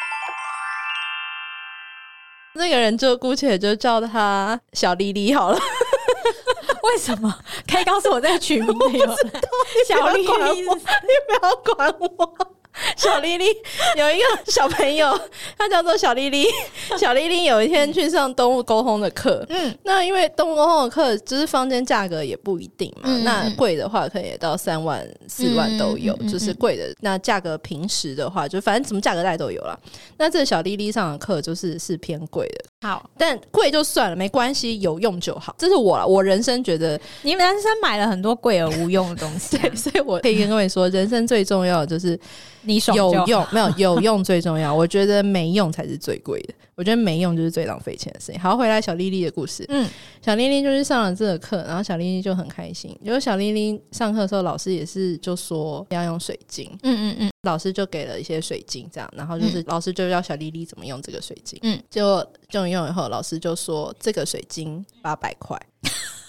Speaker 1: <laughs> 那个人就姑且就叫他小丽丽好了，
Speaker 2: 为什么可以告诉我这个取名的由来？小丽
Speaker 1: 不要管
Speaker 2: 丽
Speaker 1: 我，你不要管我。小丽 <laughs> 丽有一个小朋友，她叫做小
Speaker 2: <laughs>
Speaker 1: 丽丽。小丽丽有一天去上动物沟通的课，
Speaker 2: 嗯
Speaker 1: 嗯，那因为动物沟通的课就是房间价格也不一定嘛，
Speaker 2: 嗯嗯
Speaker 1: 那
Speaker 2: 嗯
Speaker 1: 贵的话可能也到三万、四万都有，
Speaker 2: 嗯嗯嗯
Speaker 1: 就是贵的。那价格平时的话，就反正什么价格带都有啦。那这个小丽丽上的课就是是偏贵的，
Speaker 2: 好，
Speaker 1: 但贵就算了，没关系，有用就好。这是我啦我人生觉得
Speaker 2: 你们人生买了很多贵而无用的东西啊、
Speaker 1: 对，所以我可以跟各位说，人生最重要的就是
Speaker 2: 你手
Speaker 1: 有
Speaker 2: 就
Speaker 1: 用，没有有用最重要。我觉得没用才是最贵的，我觉得没用就是最浪费钱的事情。好，回来小丽丽的故事，
Speaker 2: 嗯，
Speaker 1: 小丽丽就是上了这个课，然后小丽丽就很开心。结果小丽丽上课的时候，老师也是就说要用水晶，
Speaker 2: 嗯嗯嗯，
Speaker 1: 老师就给了一些水晶，这样，然后就是老师就教小丽丽怎么用这个水晶，
Speaker 2: 嗯
Speaker 1: 嗯，结果用一用以后，老师就说这个水晶八百块，
Speaker 2: <laughs>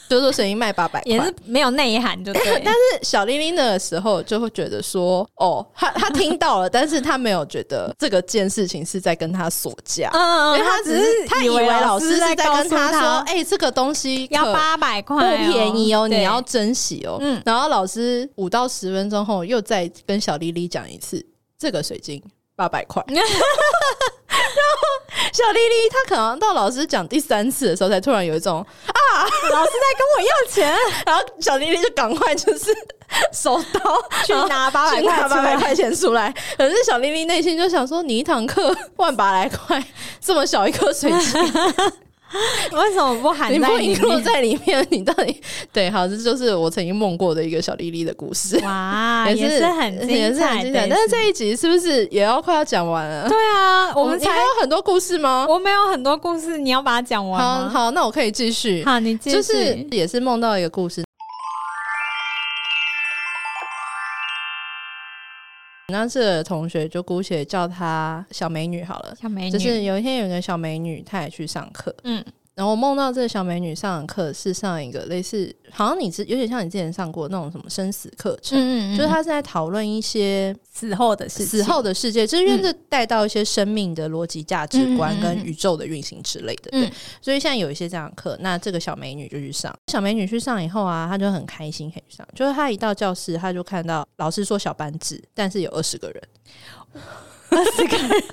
Speaker 1: 就说水晶卖八百块，
Speaker 2: 也是没有内涵，就对。但
Speaker 1: 小玲玲的时候，就会觉得说，哦，她她听到了，但是她没有觉得这个件事情是在跟她索价，
Speaker 2: 嗯
Speaker 1: 因为她只是她以为老师是在跟她说，哎、这个东西可
Speaker 2: 要八百
Speaker 1: 不
Speaker 2: 块，
Speaker 1: 便宜哦，
Speaker 2: 对
Speaker 1: 你要珍惜哦。
Speaker 2: 嗯
Speaker 1: 然后老师五到十分钟后又再跟小丽丽讲一次，这个水晶八百块。然后小丽丽她可能到老师讲第三次的时候，才突然有一种啊
Speaker 2: 老师在跟我要钱，
Speaker 1: <laughs> 然后小丽丽就赶快就是手刀
Speaker 2: <laughs> 去拿八
Speaker 1: 啊
Speaker 2: 百块，
Speaker 1: 八百。块钱出来。可是小丽丽内心就想说，你一堂课万把来块，这么小一颗水晶，
Speaker 2: 为什么不含
Speaker 1: 你
Speaker 2: 在
Speaker 1: 不
Speaker 2: 里
Speaker 1: 引入
Speaker 2: 面？
Speaker 1: 在里面，你到底对？好，这就是我曾经梦过的一个小丽丽的故事。
Speaker 2: 哇，
Speaker 1: 也
Speaker 2: 啊是很
Speaker 1: 也
Speaker 2: 精
Speaker 1: 是很
Speaker 2: 彩
Speaker 1: 精
Speaker 2: 的
Speaker 1: 彩，
Speaker 2: 一集，
Speaker 1: 但是这一集是不是也要快要讲完了？
Speaker 2: 对啊，我
Speaker 1: 我
Speaker 2: 们
Speaker 1: 你还
Speaker 2: 才
Speaker 1: 有很多故事吗？
Speaker 2: 我没有很多故事，你要把它讲完
Speaker 1: 好
Speaker 2: 吗？
Speaker 1: 好，那我可以继续。
Speaker 2: 好，你继续。
Speaker 1: 就是也是梦到一个故事。那这个同学就姑且叫她小美女好了。
Speaker 2: 小美女，
Speaker 1: 就是有一天有一个小美女，她也去上课，
Speaker 2: 嗯，
Speaker 1: 然后我梦到这个小美女上的课是上一个类似，好像你之有点像你之前上过那种什么生死课程，
Speaker 2: 嗯
Speaker 1: 就是她是在讨论一些
Speaker 2: 死后的嗯事情，
Speaker 1: 死后的世界，就是因为这带到一些生命的逻辑、价值观跟宇宙的运行之类的。
Speaker 2: 嗯
Speaker 1: 对，所以现在有一些这样的课，那这个小美女就去上。小美女去上以后啊，她就很开心，可以去上。就是她一到教室，她就看到老师说小班制，但是有二十个人。
Speaker 2: 二十个人，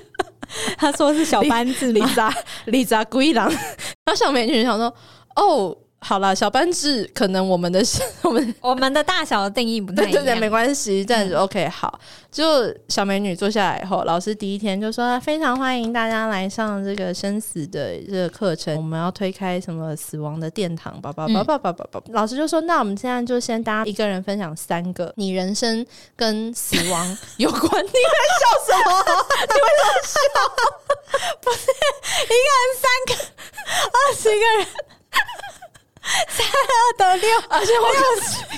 Speaker 2: 他说是小班制
Speaker 1: 李
Speaker 2: 吗？
Speaker 1: 扎李扎故意狼，然后小美女想说：“哦，好啦，小班制可能我们的 <laughs> 我们
Speaker 2: <laughs> 我们的大小的定义不太
Speaker 1: 对
Speaker 2: 一
Speaker 1: 对
Speaker 2: 样，嗯
Speaker 1: 对，没关系，这样子 OK 好。就小美女坐下来以后，老师第一天就说啊非常欢迎大家来上这个生死的这个课程，我们要推开什么死亡的殿堂，叭叭
Speaker 2: 嗯
Speaker 1: 叭叭叭叭叭。老师就说，那我们现在就先大家一个人分享三个你人生跟死亡有关。你在笑什么？
Speaker 2: <laughs> 二十个人，三二得六，
Speaker 1: 而且我告诉你，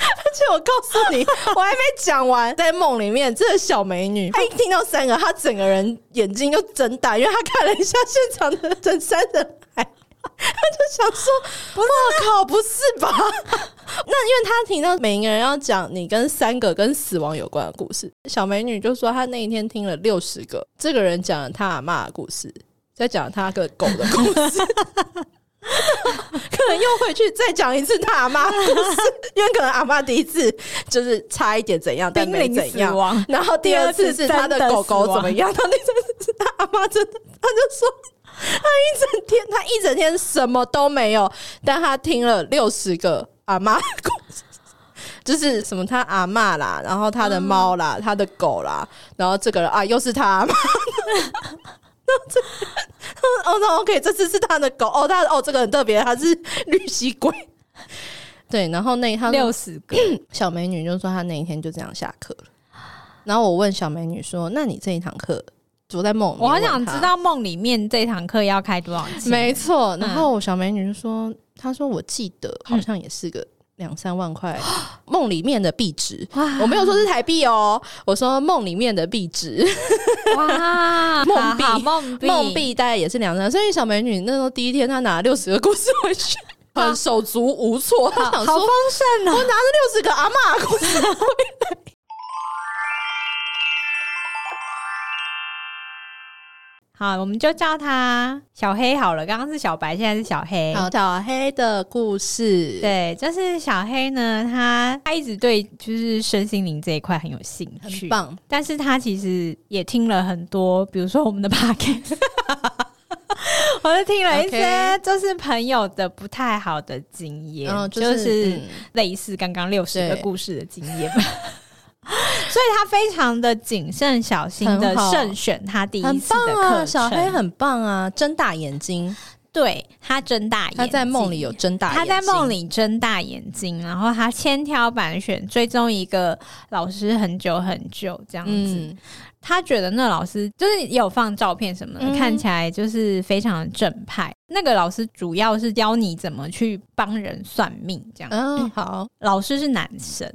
Speaker 1: 而且我告诉你，我还没讲完，在梦里面，这个小美女，她一听到三个，她整个人眼睛就睁大，因为她看了一下现场的整三人海，她就想说：“我靠，不是
Speaker 2: <laughs>
Speaker 1: 吧？”那因为她听到每一个人要讲你跟三个跟死亡有关的故事，小美女就说她那一天听了六十个，这个人讲了她阿嬷的故事，再讲她个狗的故
Speaker 2: <laughs>
Speaker 1: 事。可能又回去再讲一次他阿妈故事，因为可能阿妈第一次就是差一点怎样，但
Speaker 2: 濒
Speaker 1: 没
Speaker 2: 临
Speaker 1: 怎
Speaker 2: 死
Speaker 1: 样。
Speaker 2: 亡。 <laughs>
Speaker 1: 然后第二次是他的狗狗怎么样，然后第三次是他阿妈真的，他就说他一整天他一整天什么都没有，但他听了六十个阿妈故事。 <laughs> 就是什么他阿嬷啦，然后他的猫啦，他的狗啦，然后这个人啊又是他 <laughs> 阿嬷。然后这个人哦那 OK，这次是他的狗哦，他哦这个很特别，他是绿蜥龟。对，然后那他
Speaker 2: 六十个，
Speaker 1: 小美女就说她那一天就这样下课了。然后我问小美女说：“那你这一堂课我在梦里？”
Speaker 2: 我好想知。道梦里面这堂课要开多少钱？
Speaker 1: 没错，然后我小美女就说：“她说我记得好像也是个两三万块梦里面的币值。”
Speaker 2: <gasps> 哇
Speaker 1: 我没有说是台币哦，我说梦里面的币值，
Speaker 2: 哇，
Speaker 1: <laughs> 梦币
Speaker 2: 好好梦币
Speaker 1: 梦币大概也是两三。所以小美女那时候第一天，她拿六十个故事回去，很手足无措。她
Speaker 2: 好
Speaker 1: 想
Speaker 2: 好丰
Speaker 1: 说，
Speaker 2: 盛哦！
Speaker 1: 六十个阿嬷的故事回来。
Speaker 2: 好，我们就叫他小黑好了。刚刚是小白，现在是小黑。
Speaker 1: 好，小黑的故事，
Speaker 2: 对，就是小黑呢，他他一直对就是身心灵这一块很有兴趣，
Speaker 1: 很棒。
Speaker 2: 但是他其实也听了很多，比如说我们的 <laughs> podcast，我就听了一些
Speaker 1: OK
Speaker 2: 就是朋友的不太好的经验，
Speaker 1: 然后就
Speaker 2: 就是是
Speaker 1: 嗯
Speaker 2: 类似刚刚六十个
Speaker 1: 对
Speaker 2: 故事的经验。 <laughs> 所以他非常的谨慎小心的
Speaker 1: 很好
Speaker 2: 慎选他第一
Speaker 1: 很
Speaker 2: 次的
Speaker 1: 棒
Speaker 2: 课程，
Speaker 1: 啊，小黑很棒啊，睁大眼睛，
Speaker 2: 对他睁大眼睛，
Speaker 1: 他在梦里有睁大眼
Speaker 2: 他
Speaker 1: 睛，
Speaker 2: 在梦里睁大眼睛，然后他千挑百选，追踪一个老师很久很久这样子。
Speaker 1: 嗯，
Speaker 2: 他觉得那老师就是有放照片什么的，
Speaker 1: 嗯
Speaker 2: 看起来就是非常正派。那个老师主要是教你怎么去帮人算命，这样。
Speaker 1: 嗯，好，
Speaker 2: 老师是男生，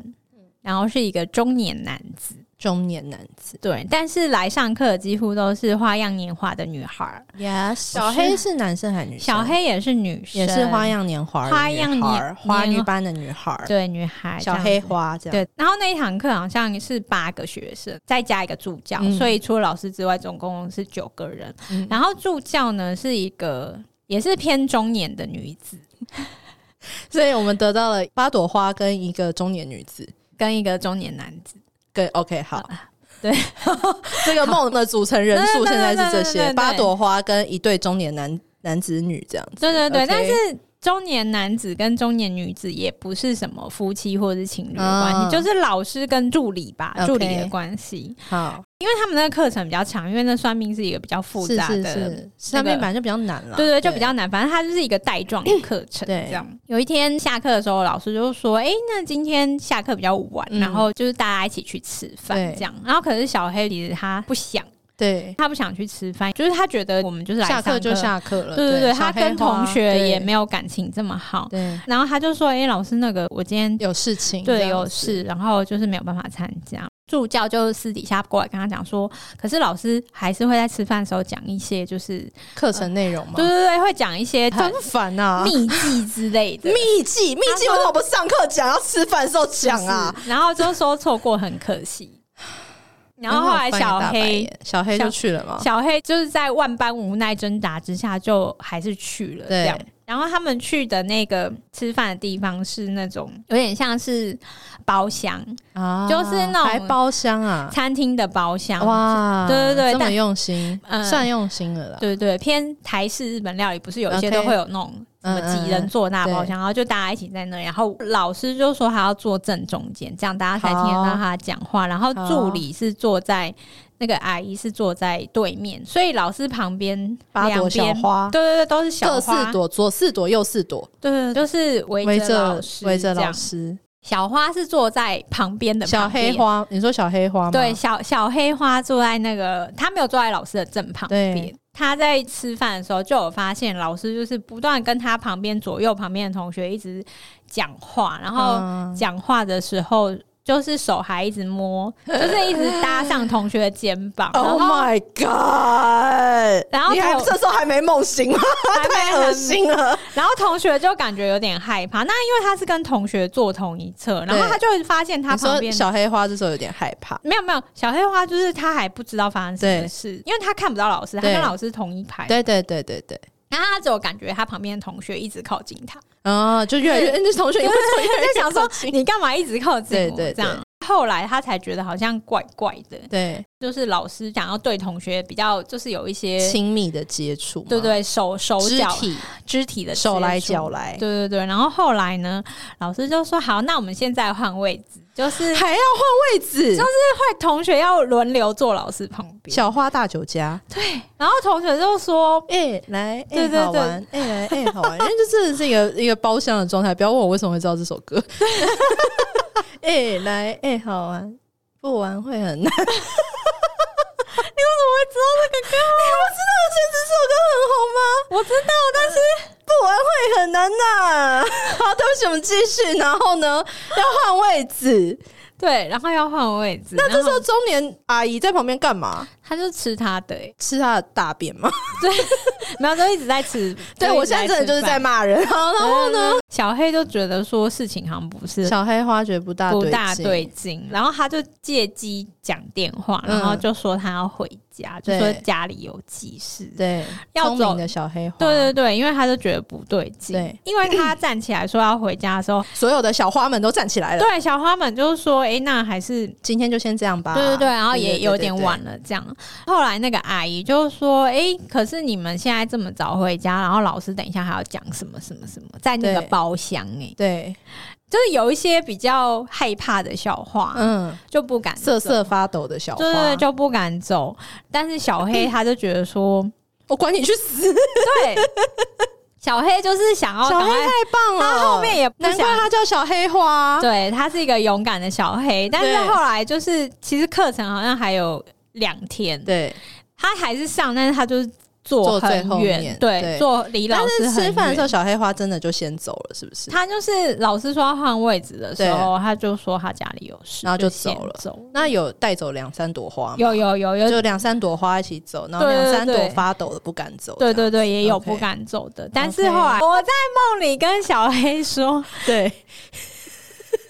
Speaker 2: 然后是一个中年男子，
Speaker 1: 中年男子
Speaker 2: 对，但是来上课几乎都是花样年华的女孩儿，
Speaker 1: ，yes，小黑是男生还是女生？
Speaker 2: 小黑也是女生，
Speaker 1: 也是花样年华的女孩，
Speaker 2: 花样年
Speaker 1: 花女般的女孩，
Speaker 2: 对女孩这
Speaker 1: 小
Speaker 2: 样子，
Speaker 1: 黑花这样，
Speaker 2: 对，然后那一堂课好像是八个学生，再加一个助教，
Speaker 1: 嗯
Speaker 2: 所以除了老师之外，总共是九个人。
Speaker 1: 嗯
Speaker 2: 然后助教呢是一个也是偏中年的女子，
Speaker 1: 所以我们得到了八朵花跟一个中年女子。
Speaker 2: 跟一个中年男子。
Speaker 1: 跟 OK 好，
Speaker 2: 啊对，
Speaker 1: <laughs> 这个梦的组成人数现在是这
Speaker 2: 对对对对对
Speaker 1: 些：
Speaker 2: 对
Speaker 1: 八朵花跟一对中年男男子女这样子。
Speaker 2: 对对对
Speaker 1: OK
Speaker 2: 但是中年男子跟中年女子也不是什么夫妻或者是情侣的关系，
Speaker 1: 嗯
Speaker 2: 就是老师跟助理吧
Speaker 1: OK
Speaker 2: 助理的关系。
Speaker 1: 好，
Speaker 2: 因为他们那个课程比较长，因为那算命是一个比较复
Speaker 1: 是
Speaker 2: 杂的
Speaker 1: 是是，上面本来就比较难了，
Speaker 2: 对对，就比较难。反正它就是一个带状的课程，
Speaker 1: 对
Speaker 2: 这样。有一天下课的时候，老师就说：“哎、那今天下课比较晚，
Speaker 1: 嗯
Speaker 2: 然后就是大家一起去吃饭
Speaker 1: 对
Speaker 2: 这样。”然后可是小黑其实他不想，
Speaker 1: 对。
Speaker 2: 他不想去吃饭，就是他觉得我们就是来
Speaker 1: 下
Speaker 2: 上
Speaker 1: 课就。下课了。
Speaker 2: 对对对，他跟同学也没
Speaker 1: 有
Speaker 2: 有感情这么好。
Speaker 1: 对
Speaker 2: 然后他就说：“哎、老师，那个我今天
Speaker 1: 嗯有事情，
Speaker 2: 对
Speaker 1: 这样
Speaker 2: 有
Speaker 1: 子
Speaker 2: 事，然后就是没有办法参加。”助教就私底下过来跟他讲说，可是老师还是会在吃饭的时候讲一些，就是
Speaker 1: 课程内容吗？
Speaker 2: 对对对，会讲一些很
Speaker 1: 很烦呐、
Speaker 2: 秘技之类的。
Speaker 1: 啊秘技，秘技为什么不上课讲，要吃饭的时候讲啊？
Speaker 2: 就是然后就说错过很可惜。然后后来小
Speaker 1: 很好翻你
Speaker 2: 黑
Speaker 1: 大白眼哦小黑就去了嘛，
Speaker 2: 小黑就是在万般无奈挣扎之下，就还是去了这样
Speaker 1: 对。
Speaker 2: 然后他们去的那个吃饭的地方是那种有点像是包厢，
Speaker 1: 啊
Speaker 2: 就是那种
Speaker 1: 还包厢啊，
Speaker 2: 餐厅的包厢，
Speaker 1: 哇，
Speaker 2: 对对对
Speaker 1: 这么
Speaker 2: 但
Speaker 1: 用心，
Speaker 2: 嗯
Speaker 1: 算用心了啦。
Speaker 2: 对对，偏台式日本料理，不是有一些
Speaker 1: OK
Speaker 2: 都会有那种什
Speaker 1: 嗯
Speaker 2: 么几人坐大包厢，然后就大家一起在那里，然后老师就说他要坐正中间，这样大家才听得到他讲话，然后助理是坐在。那个阿姨是坐在对面，所以老师旁边
Speaker 1: 八
Speaker 2: 两
Speaker 1: 朵小
Speaker 2: 边，
Speaker 1: 花
Speaker 2: 对，对对，都是小
Speaker 1: 各
Speaker 2: 花，
Speaker 1: 四朵，左四朵，右四朵，
Speaker 2: 对对，对就是围
Speaker 1: 围
Speaker 2: 着
Speaker 1: 着
Speaker 2: 老师
Speaker 1: 围着
Speaker 2: 这
Speaker 1: 老
Speaker 2: 样。
Speaker 1: 师。
Speaker 2: 小花是坐在旁边的
Speaker 1: 小
Speaker 2: 旁边
Speaker 1: 黑，花，你说小黑哦花吗？
Speaker 2: 对，小小黑花坐在那个，他没有坐在老师的正旁边
Speaker 1: 对。
Speaker 2: 他在吃饭的时候就有发现，老师就是不断跟他旁边、左右旁边的同学一直讲话，然后
Speaker 1: 嗯，
Speaker 2: 讲话的时候就是手还一直
Speaker 1: <laughs>
Speaker 2: 摸，就是一直搭上同学的肩膀，然
Speaker 1: Oh
Speaker 2: 后
Speaker 1: my god！
Speaker 2: 然后
Speaker 1: 你还
Speaker 2: 头
Speaker 1: 这时候还没梦醒吗？
Speaker 2: 还 <laughs> 没
Speaker 1: 太
Speaker 2: 很
Speaker 1: 恶心了！
Speaker 2: 然后同学就感觉有点害怕。那因为他是跟同学坐同一侧，然后
Speaker 1: 对
Speaker 2: 他就会发现他
Speaker 1: 你
Speaker 2: 旁
Speaker 1: 说
Speaker 2: 边
Speaker 1: 小黑花这时候有点害怕，
Speaker 2: 没有没有小黑花，就是他还不知道发生什么
Speaker 1: 对
Speaker 2: 事，因为他看不到老师，他
Speaker 1: 对
Speaker 2: 跟老师同一排，
Speaker 1: 对对对对对，
Speaker 2: 然后他只有感觉他旁边的同学一直靠近他，
Speaker 1: 啊，就越来越，
Speaker 2: 对
Speaker 1: 那同学你为什么越来
Speaker 2: 就
Speaker 1: 越
Speaker 2: 想
Speaker 1: 靠
Speaker 2: 说 <laughs>
Speaker 1: 近？
Speaker 2: 你干嘛一直靠近我？
Speaker 1: 对对
Speaker 2: 这样。后来他才觉得好像怪怪的，
Speaker 1: 对，
Speaker 2: 就是老师想要对同学比较，就是有一些
Speaker 1: 亲密的接触嘛，
Speaker 2: 对对手手
Speaker 1: 肢
Speaker 2: 脚
Speaker 1: 体
Speaker 2: 肢体的
Speaker 1: 手来
Speaker 2: 接触
Speaker 1: 脚来，
Speaker 2: 对对对。然后后来呢，老师就说好，那我们现在换位置，
Speaker 1: <laughs>
Speaker 2: 就是
Speaker 1: 还要换位置，
Speaker 2: 会同学要轮流坐老师旁边。
Speaker 1: 小花大酒家，
Speaker 2: 然后同学就说
Speaker 1: 哎、来，哎、
Speaker 2: 对对
Speaker 1: 好玩，哎、来，哎、好玩，因为这真的是一个一个包厢的状态。不要问我为什么会知道这首歌。 <laughs> 哎、来，哎、好玩，不玩会很难。你为什么会知道这个歌？你 <laughs> 不知道这这首歌很红吗？
Speaker 2: 我知道，但是
Speaker 1: 不玩会很难呐、 <laughs> 好，对不起，我们继续。然后呢，要换位置。 <laughs>
Speaker 2: 对，然后要换位置。
Speaker 1: 那这时
Speaker 2: 然后
Speaker 1: 候中年阿姨在旁边干嘛？
Speaker 2: 他就吃他的、欸，
Speaker 1: 吃她的大便吗？
Speaker 2: 没有，就一直在吃。
Speaker 1: 对
Speaker 2: 就一
Speaker 1: 我
Speaker 2: 直
Speaker 1: 现在真的就是
Speaker 2: 吃
Speaker 1: 在
Speaker 2: 饭。
Speaker 1: 骂人。 <laughs> 好，然后呢？
Speaker 2: 呢，嗯小黑就觉得说事情好像不是
Speaker 1: 小黑花觉不大
Speaker 2: 不
Speaker 1: 劲
Speaker 2: 大对劲，然后他就借机讲电话，
Speaker 1: 嗯
Speaker 2: 然后就说他要回家，就
Speaker 1: 对
Speaker 2: 说家里有急事。
Speaker 1: 对，
Speaker 2: 要
Speaker 1: 聪
Speaker 2: 走
Speaker 1: 明的小黑花，
Speaker 2: 对对对，因为他就觉得不对劲，
Speaker 1: 对
Speaker 2: 因为他站起来说要回家的时候，
Speaker 1: 所有的小花们都站起来了。
Speaker 2: 对小花们就说：“哎、那还是
Speaker 1: 今天就先这样吧。
Speaker 2: 对对对，然后
Speaker 1: 啊对
Speaker 2: 也
Speaker 1: 对
Speaker 2: 有
Speaker 1: 对
Speaker 2: 点
Speaker 1: 对
Speaker 2: 晚了，这样。后来那个阿姨就说：“哎、可是你们现在这么早回家，然后老师等一下还要讲什么什么什么，在那个
Speaker 1: 对
Speaker 2: 包厢哎、
Speaker 1: 对，
Speaker 2: 就是有一些比较害怕的笑话，
Speaker 1: 嗯，
Speaker 2: 就不敢
Speaker 1: 瑟
Speaker 2: 走，
Speaker 1: 瑟发抖的小花，
Speaker 2: 对对对，就不敢走。但是小
Speaker 1: 嗯
Speaker 2: 黑他就觉得
Speaker 1: <laughs>
Speaker 2: 说，
Speaker 1: 我管你去死！
Speaker 2: 对，小黑就是想要
Speaker 1: 小
Speaker 2: 赶
Speaker 1: 黑
Speaker 2: 快，
Speaker 1: 太棒了，
Speaker 2: 他后面也不
Speaker 1: 难怪
Speaker 2: 想。”
Speaker 1: 他叫小黑花。
Speaker 2: 对他是一个勇敢的小黑，但是
Speaker 1: 对
Speaker 2: 后来就是其实课程好像还有两天，
Speaker 1: 对，
Speaker 2: 他还是上，但是他就是坐
Speaker 1: 坐最
Speaker 2: 很
Speaker 1: 后
Speaker 2: 远
Speaker 1: 面，
Speaker 2: 对，
Speaker 1: 对
Speaker 2: 坐离老
Speaker 1: 但
Speaker 2: 师
Speaker 1: 是
Speaker 2: 很
Speaker 1: 吃饭的时候，
Speaker 2: 远。
Speaker 1: 小黑花真的就先走了，是不是？
Speaker 2: 他就是老师说要换位置的时候，他就说他家里有事，
Speaker 1: 然后就
Speaker 2: 先
Speaker 1: 走了
Speaker 2: 走
Speaker 1: 那有带走两三朵花吗？
Speaker 2: 有有有有，
Speaker 1: 就两三朵花一起走，然后
Speaker 2: 对对
Speaker 1: 两三朵
Speaker 2: 对
Speaker 1: 发抖的不敢走。
Speaker 2: 对对对，也有
Speaker 1: OK
Speaker 2: 不敢走的。但是后来我在梦里跟小黑说 <laughs>
Speaker 1: 对，：“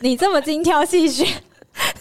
Speaker 2: 你这么精挑细选，
Speaker 1: <laughs>
Speaker 2: <laughs>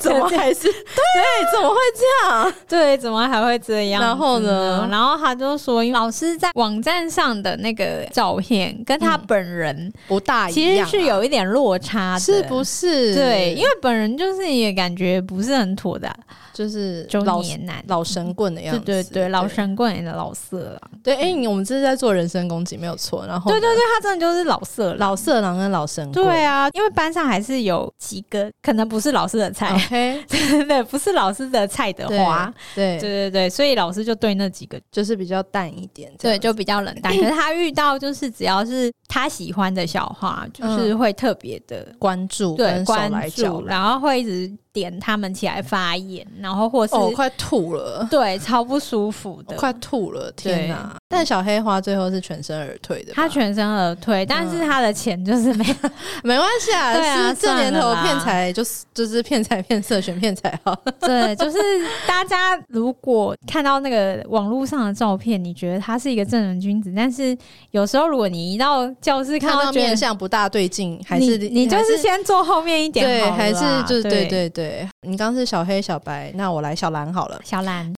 Speaker 1: 怎么还是对？怎么会这样？
Speaker 2: 对，怎么还会这样？”
Speaker 1: 然后呢
Speaker 2: 然后他就说，因为老师在网站上的那个照片跟他
Speaker 1: 嗯
Speaker 2: 本人
Speaker 1: 不大一
Speaker 2: 其
Speaker 1: 样
Speaker 2: 实
Speaker 1: 啊，
Speaker 2: 是有一点落差的，
Speaker 1: 是不是？
Speaker 2: 对，因为本人就是也感觉不是很妥的啊
Speaker 1: 就是
Speaker 2: 中
Speaker 1: 老
Speaker 2: 年男，
Speaker 1: 老神棍的样
Speaker 2: 对
Speaker 1: 子，
Speaker 2: 对对，老神棍也的老色狼，
Speaker 1: 对。哎，你我们这是在做人身攻击，没有错。然后
Speaker 2: 对对
Speaker 1: 呢
Speaker 2: 对，他真的就是老色狼。
Speaker 1: 老色狼跟老神棍，
Speaker 2: 对啊，因为班上还是有几个可能不是老师的菜，
Speaker 1: ，OK，
Speaker 2: <laughs> 对对，不是老师的菜的话，
Speaker 1: 啊对
Speaker 2: 对对对，所以老师就对那几个
Speaker 1: 就是比较淡一点，这
Speaker 2: 对
Speaker 1: 样
Speaker 2: 就比较冷淡。可是他遇到就是只要是他喜嗯欢的小花，就是会特别的
Speaker 1: 关注
Speaker 2: 对
Speaker 1: 跟手
Speaker 2: 关
Speaker 1: 来脚
Speaker 2: 注，
Speaker 1: 来，
Speaker 2: 然后会一直点他们起来发言，然后或是、
Speaker 1: 哦，我快吐了，
Speaker 2: 对超不舒服
Speaker 1: 我
Speaker 2: 的，
Speaker 1: 快吐了，天
Speaker 2: 对
Speaker 1: 哪！但小黑花最后是全身而退的吧，
Speaker 2: 他全身而退，但是他的钱就是 <laughs> 没有。
Speaker 1: 没关系啊，
Speaker 2: 对啊
Speaker 1: 是这年头
Speaker 2: 算了啦
Speaker 1: 骗财就是就是骗财骗色选骗财好，
Speaker 2: 对，就是大家如果看到那个网络上的照片，你觉得他是一个正人君子，但是有时候如果你一到教室
Speaker 1: 看
Speaker 2: 到
Speaker 1: 到
Speaker 2: 觉得
Speaker 1: 面相不大对劲，还是
Speaker 2: 你你就
Speaker 1: 还
Speaker 2: 是先坐后面一点
Speaker 1: 对，
Speaker 2: 好了啦
Speaker 1: 还是就是对
Speaker 2: 对
Speaker 1: 对对，你刚是小黑小白，那我来小蓝好了。
Speaker 2: 小兰，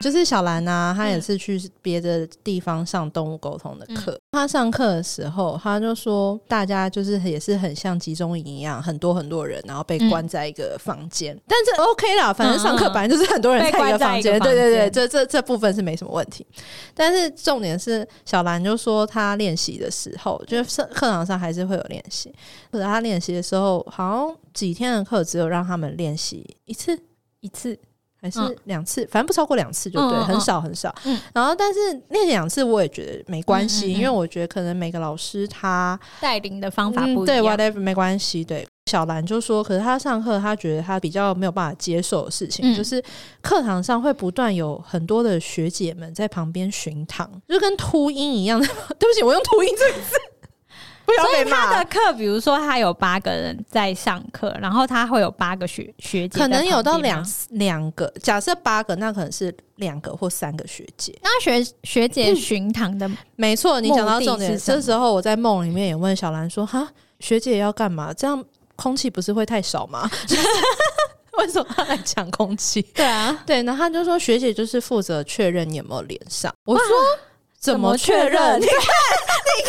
Speaker 1: 就是小兰啊，她也
Speaker 2: 嗯
Speaker 1: 是去别的地方上动物沟通的课。她上课的时候，她就说，大家就是也是很像集中营一样，很多很多人，然后被
Speaker 2: 嗯
Speaker 1: 关在一个房间。但这 OK 啦，反正上
Speaker 2: 嗯
Speaker 1: 课
Speaker 2: 嗯嗯
Speaker 1: 本来就是很多人
Speaker 2: 被
Speaker 1: 在一个
Speaker 2: 关在
Speaker 1: 房
Speaker 2: 一个
Speaker 1: 间。
Speaker 2: 房
Speaker 1: 对对对，
Speaker 2: 间
Speaker 1: 这这这部分是没什么问题。但是重点是，小兰就说她练习的时候，就是上课堂上还是会有练习，可是她练习的时候，好像几天的课只有让他们练习一次。
Speaker 2: 一次，
Speaker 1: 还是
Speaker 2: 嗯
Speaker 1: 两次，反正不超过两次就
Speaker 2: 嗯
Speaker 1: 对，
Speaker 2: 嗯嗯
Speaker 1: 很少很少。
Speaker 2: 嗯
Speaker 1: 然后，但是练两次我也觉得没关系，
Speaker 2: 嗯嗯嗯
Speaker 1: 因为我觉得可能每个老师他
Speaker 2: 带领的方法
Speaker 1: 嗯
Speaker 2: 不一
Speaker 1: 对
Speaker 2: 样。
Speaker 1: whatever 没关系。对，小兰就说，可是他上课他觉得他比较没有办法接受的事
Speaker 2: 嗯
Speaker 1: 情，就是课堂上会不断有很多的学姐们在旁边巡堂，就跟秃鹰一样。 <laughs> 对不起，我用秃鹰这个字，不要被骂。
Speaker 2: 他的课，比如说他有八个人在上课，然后他会有八个学学姐，
Speaker 1: 可能有到两。两个，假设八个，那可能是两个或三个学姐。
Speaker 2: 那学学姐巡堂
Speaker 1: <laughs>
Speaker 2: 的，嗯
Speaker 1: 没错，你讲到重点
Speaker 2: 目的。是什么
Speaker 1: 这时候我在梦里面也问小兰说：“哈，学姐要干嘛？这样空气不是会太少吗？” <laughs> 为什么她来抢空气？
Speaker 2: 对啊，
Speaker 1: 对，然后她就说：“学姐就是负责确认你有没有连上。”我说：“怎么
Speaker 2: 么
Speaker 1: 确
Speaker 2: 确
Speaker 1: 认？”
Speaker 2: 认
Speaker 1: 你看，你
Speaker 2: <laughs>
Speaker 1: 看，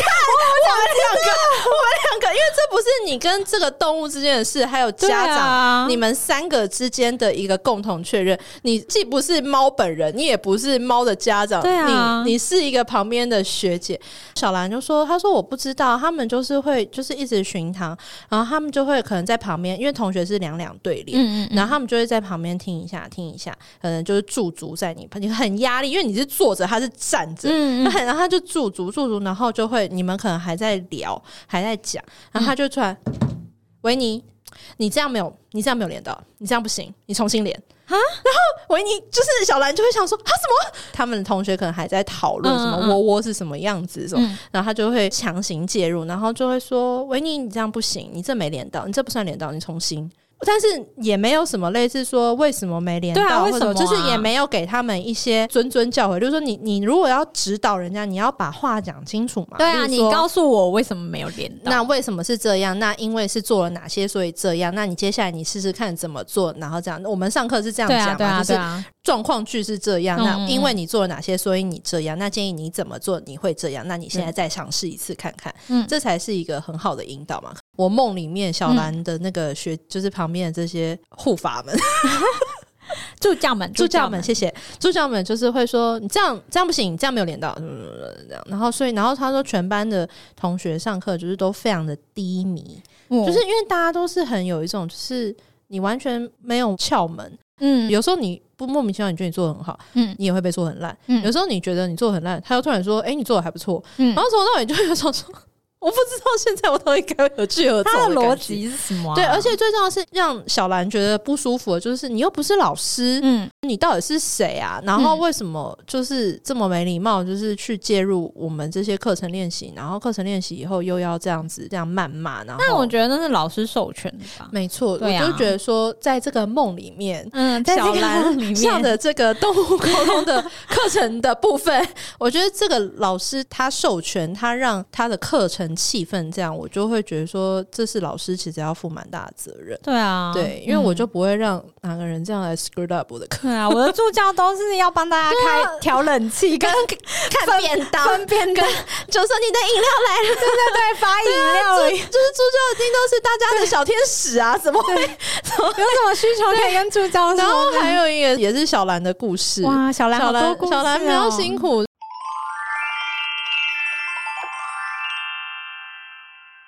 Speaker 1: 我们两个，我们两个，因为这不是你跟这个动物之间的事，还有家
Speaker 2: 对
Speaker 1: 长
Speaker 2: 啊
Speaker 1: 你们三个之间的一个共同确认，你既不是猫本人，你也不是猫的家长，
Speaker 2: 对啊
Speaker 1: 你你是一个旁边的学姐。小兰就说：“她说我不知道，他们就是会就是一直巡堂，然后他们就会可能在旁边，因为同学是两两对立。
Speaker 2: 嗯嗯，
Speaker 1: 然后他们就会在旁边听一下，听一下，可能就是驻足在你，你很压力，因为你是坐着，他是站着，
Speaker 2: 嗯
Speaker 1: 那很然后他就驻足驻足，然后就会你们可能还在聊，还在讲，
Speaker 2: 嗯
Speaker 1: 然后他就突然，维尼，你这样没有，你这样没有连到，你这样不行，你重新连啊。然后维尼就是小兰就会想说啊什么？他们的同学可能还在讨论什
Speaker 2: 嗯嗯
Speaker 1: 么
Speaker 2: 嗯
Speaker 1: 窝窝是什么样子什么，
Speaker 2: 嗯
Speaker 1: 然后他就会强行介入，然后就会说维尼，你这样不行，你这没连到，你这不算连到，你重新。但是也没有什么类似说为什么没连到，
Speaker 2: 对啊为
Speaker 1: 或者
Speaker 2: 什么啊
Speaker 1: 就是也没有给他们一些谆谆教诲，就是说你你如果要指导人家，你要把话讲清楚嘛。
Speaker 2: 对啊，
Speaker 1: 例
Speaker 2: 你
Speaker 1: 嗯如说
Speaker 2: 告诉我为什么没有连到？
Speaker 1: 那为什么是这样？那因为是做了哪些，所以这样。那你接下来你试试看怎么做，然后这样。我们上课是这样
Speaker 2: 对
Speaker 1: 讲嘛，
Speaker 2: 啊，对啊，
Speaker 1: 就
Speaker 2: 对
Speaker 1: 是
Speaker 2: 啊，
Speaker 1: 状况剧是这样。那
Speaker 2: 嗯嗯
Speaker 1: 因为你做了哪些，所以你这样。那建议你怎么做，你会这样。那你现在再尝试一次看看，
Speaker 2: 嗯
Speaker 1: 这才是一个很好的引导嘛。我梦里面小兰的那个
Speaker 2: 嗯
Speaker 1: 学，就是旁边的这些护法们、
Speaker 2: <laughs> 助教们，
Speaker 1: 助教们，谢谢助教们，就是会说你这样这样不行，你这样没有连到，嗯这样。然后所以，然后他说全班的同学上课就是都非常的低迷。
Speaker 2: 就
Speaker 1: 就是因为大家都是很有一种，就是你完全没有窍门。
Speaker 2: 嗯
Speaker 1: 有时候你不莫名其妙，你觉得你做的很好，
Speaker 2: 嗯
Speaker 1: 你也会被说很烂；
Speaker 2: 嗯
Speaker 1: 有时候你觉得你做的很烂，他又突然说：“哎、你做的还不错。”
Speaker 2: 嗯
Speaker 1: 然后从头到尾就有种说：“我不知道现在我到底该何去何从。”
Speaker 2: 他的逻。辑是什么啊？
Speaker 1: 对，而且最重要的是让小兰觉得不舒服的就是，你又不是老师，
Speaker 2: 嗯，
Speaker 1: 你到底是谁啊？然后
Speaker 2: 嗯
Speaker 1: 为什么就是这么没礼貌，就是去介入我们这些课程练习，然后课程练习以后又要这样子这样谩骂？然后
Speaker 2: 那我觉得那是老师授权的吧。
Speaker 1: 没错，
Speaker 2: 对啊
Speaker 1: 我就觉得说，在这个梦里面。
Speaker 2: 嗯，
Speaker 1: 在
Speaker 2: 小
Speaker 1: 这
Speaker 2: 兰
Speaker 1: 个
Speaker 2: 里
Speaker 1: 上
Speaker 2: 面
Speaker 1: 的这个动物沟通的课程的部分，我觉得这个老师他授权，他让他的课程气氛这样，我就会觉得说，这是老师其实要负蛮大的责任。
Speaker 2: 对啊，
Speaker 1: 对，因为
Speaker 2: 嗯
Speaker 1: 我就不会让哪个人这样来 screw d up 我的课。
Speaker 2: 对啊，我的助教都是要帮大家
Speaker 1: <laughs>
Speaker 2: 开调冷气跟
Speaker 1: 看便当，
Speaker 2: 分辨的，
Speaker 1: 就说你的饮料来了，
Speaker 2: 对发饮料而
Speaker 1: 啊就 <laughs>
Speaker 2: 已，
Speaker 1: 就是助教一定都是大家的小天使啊，怎么会？
Speaker 2: 有什么需求可以跟助教
Speaker 1: 然后
Speaker 2: 说呢？
Speaker 1: 还有一个也是小兰的故事，
Speaker 2: 哇，小兰
Speaker 1: 小
Speaker 2: 好多
Speaker 1: 兰
Speaker 2: 故事
Speaker 1: 小兰
Speaker 2: 哦
Speaker 1: 比较辛苦。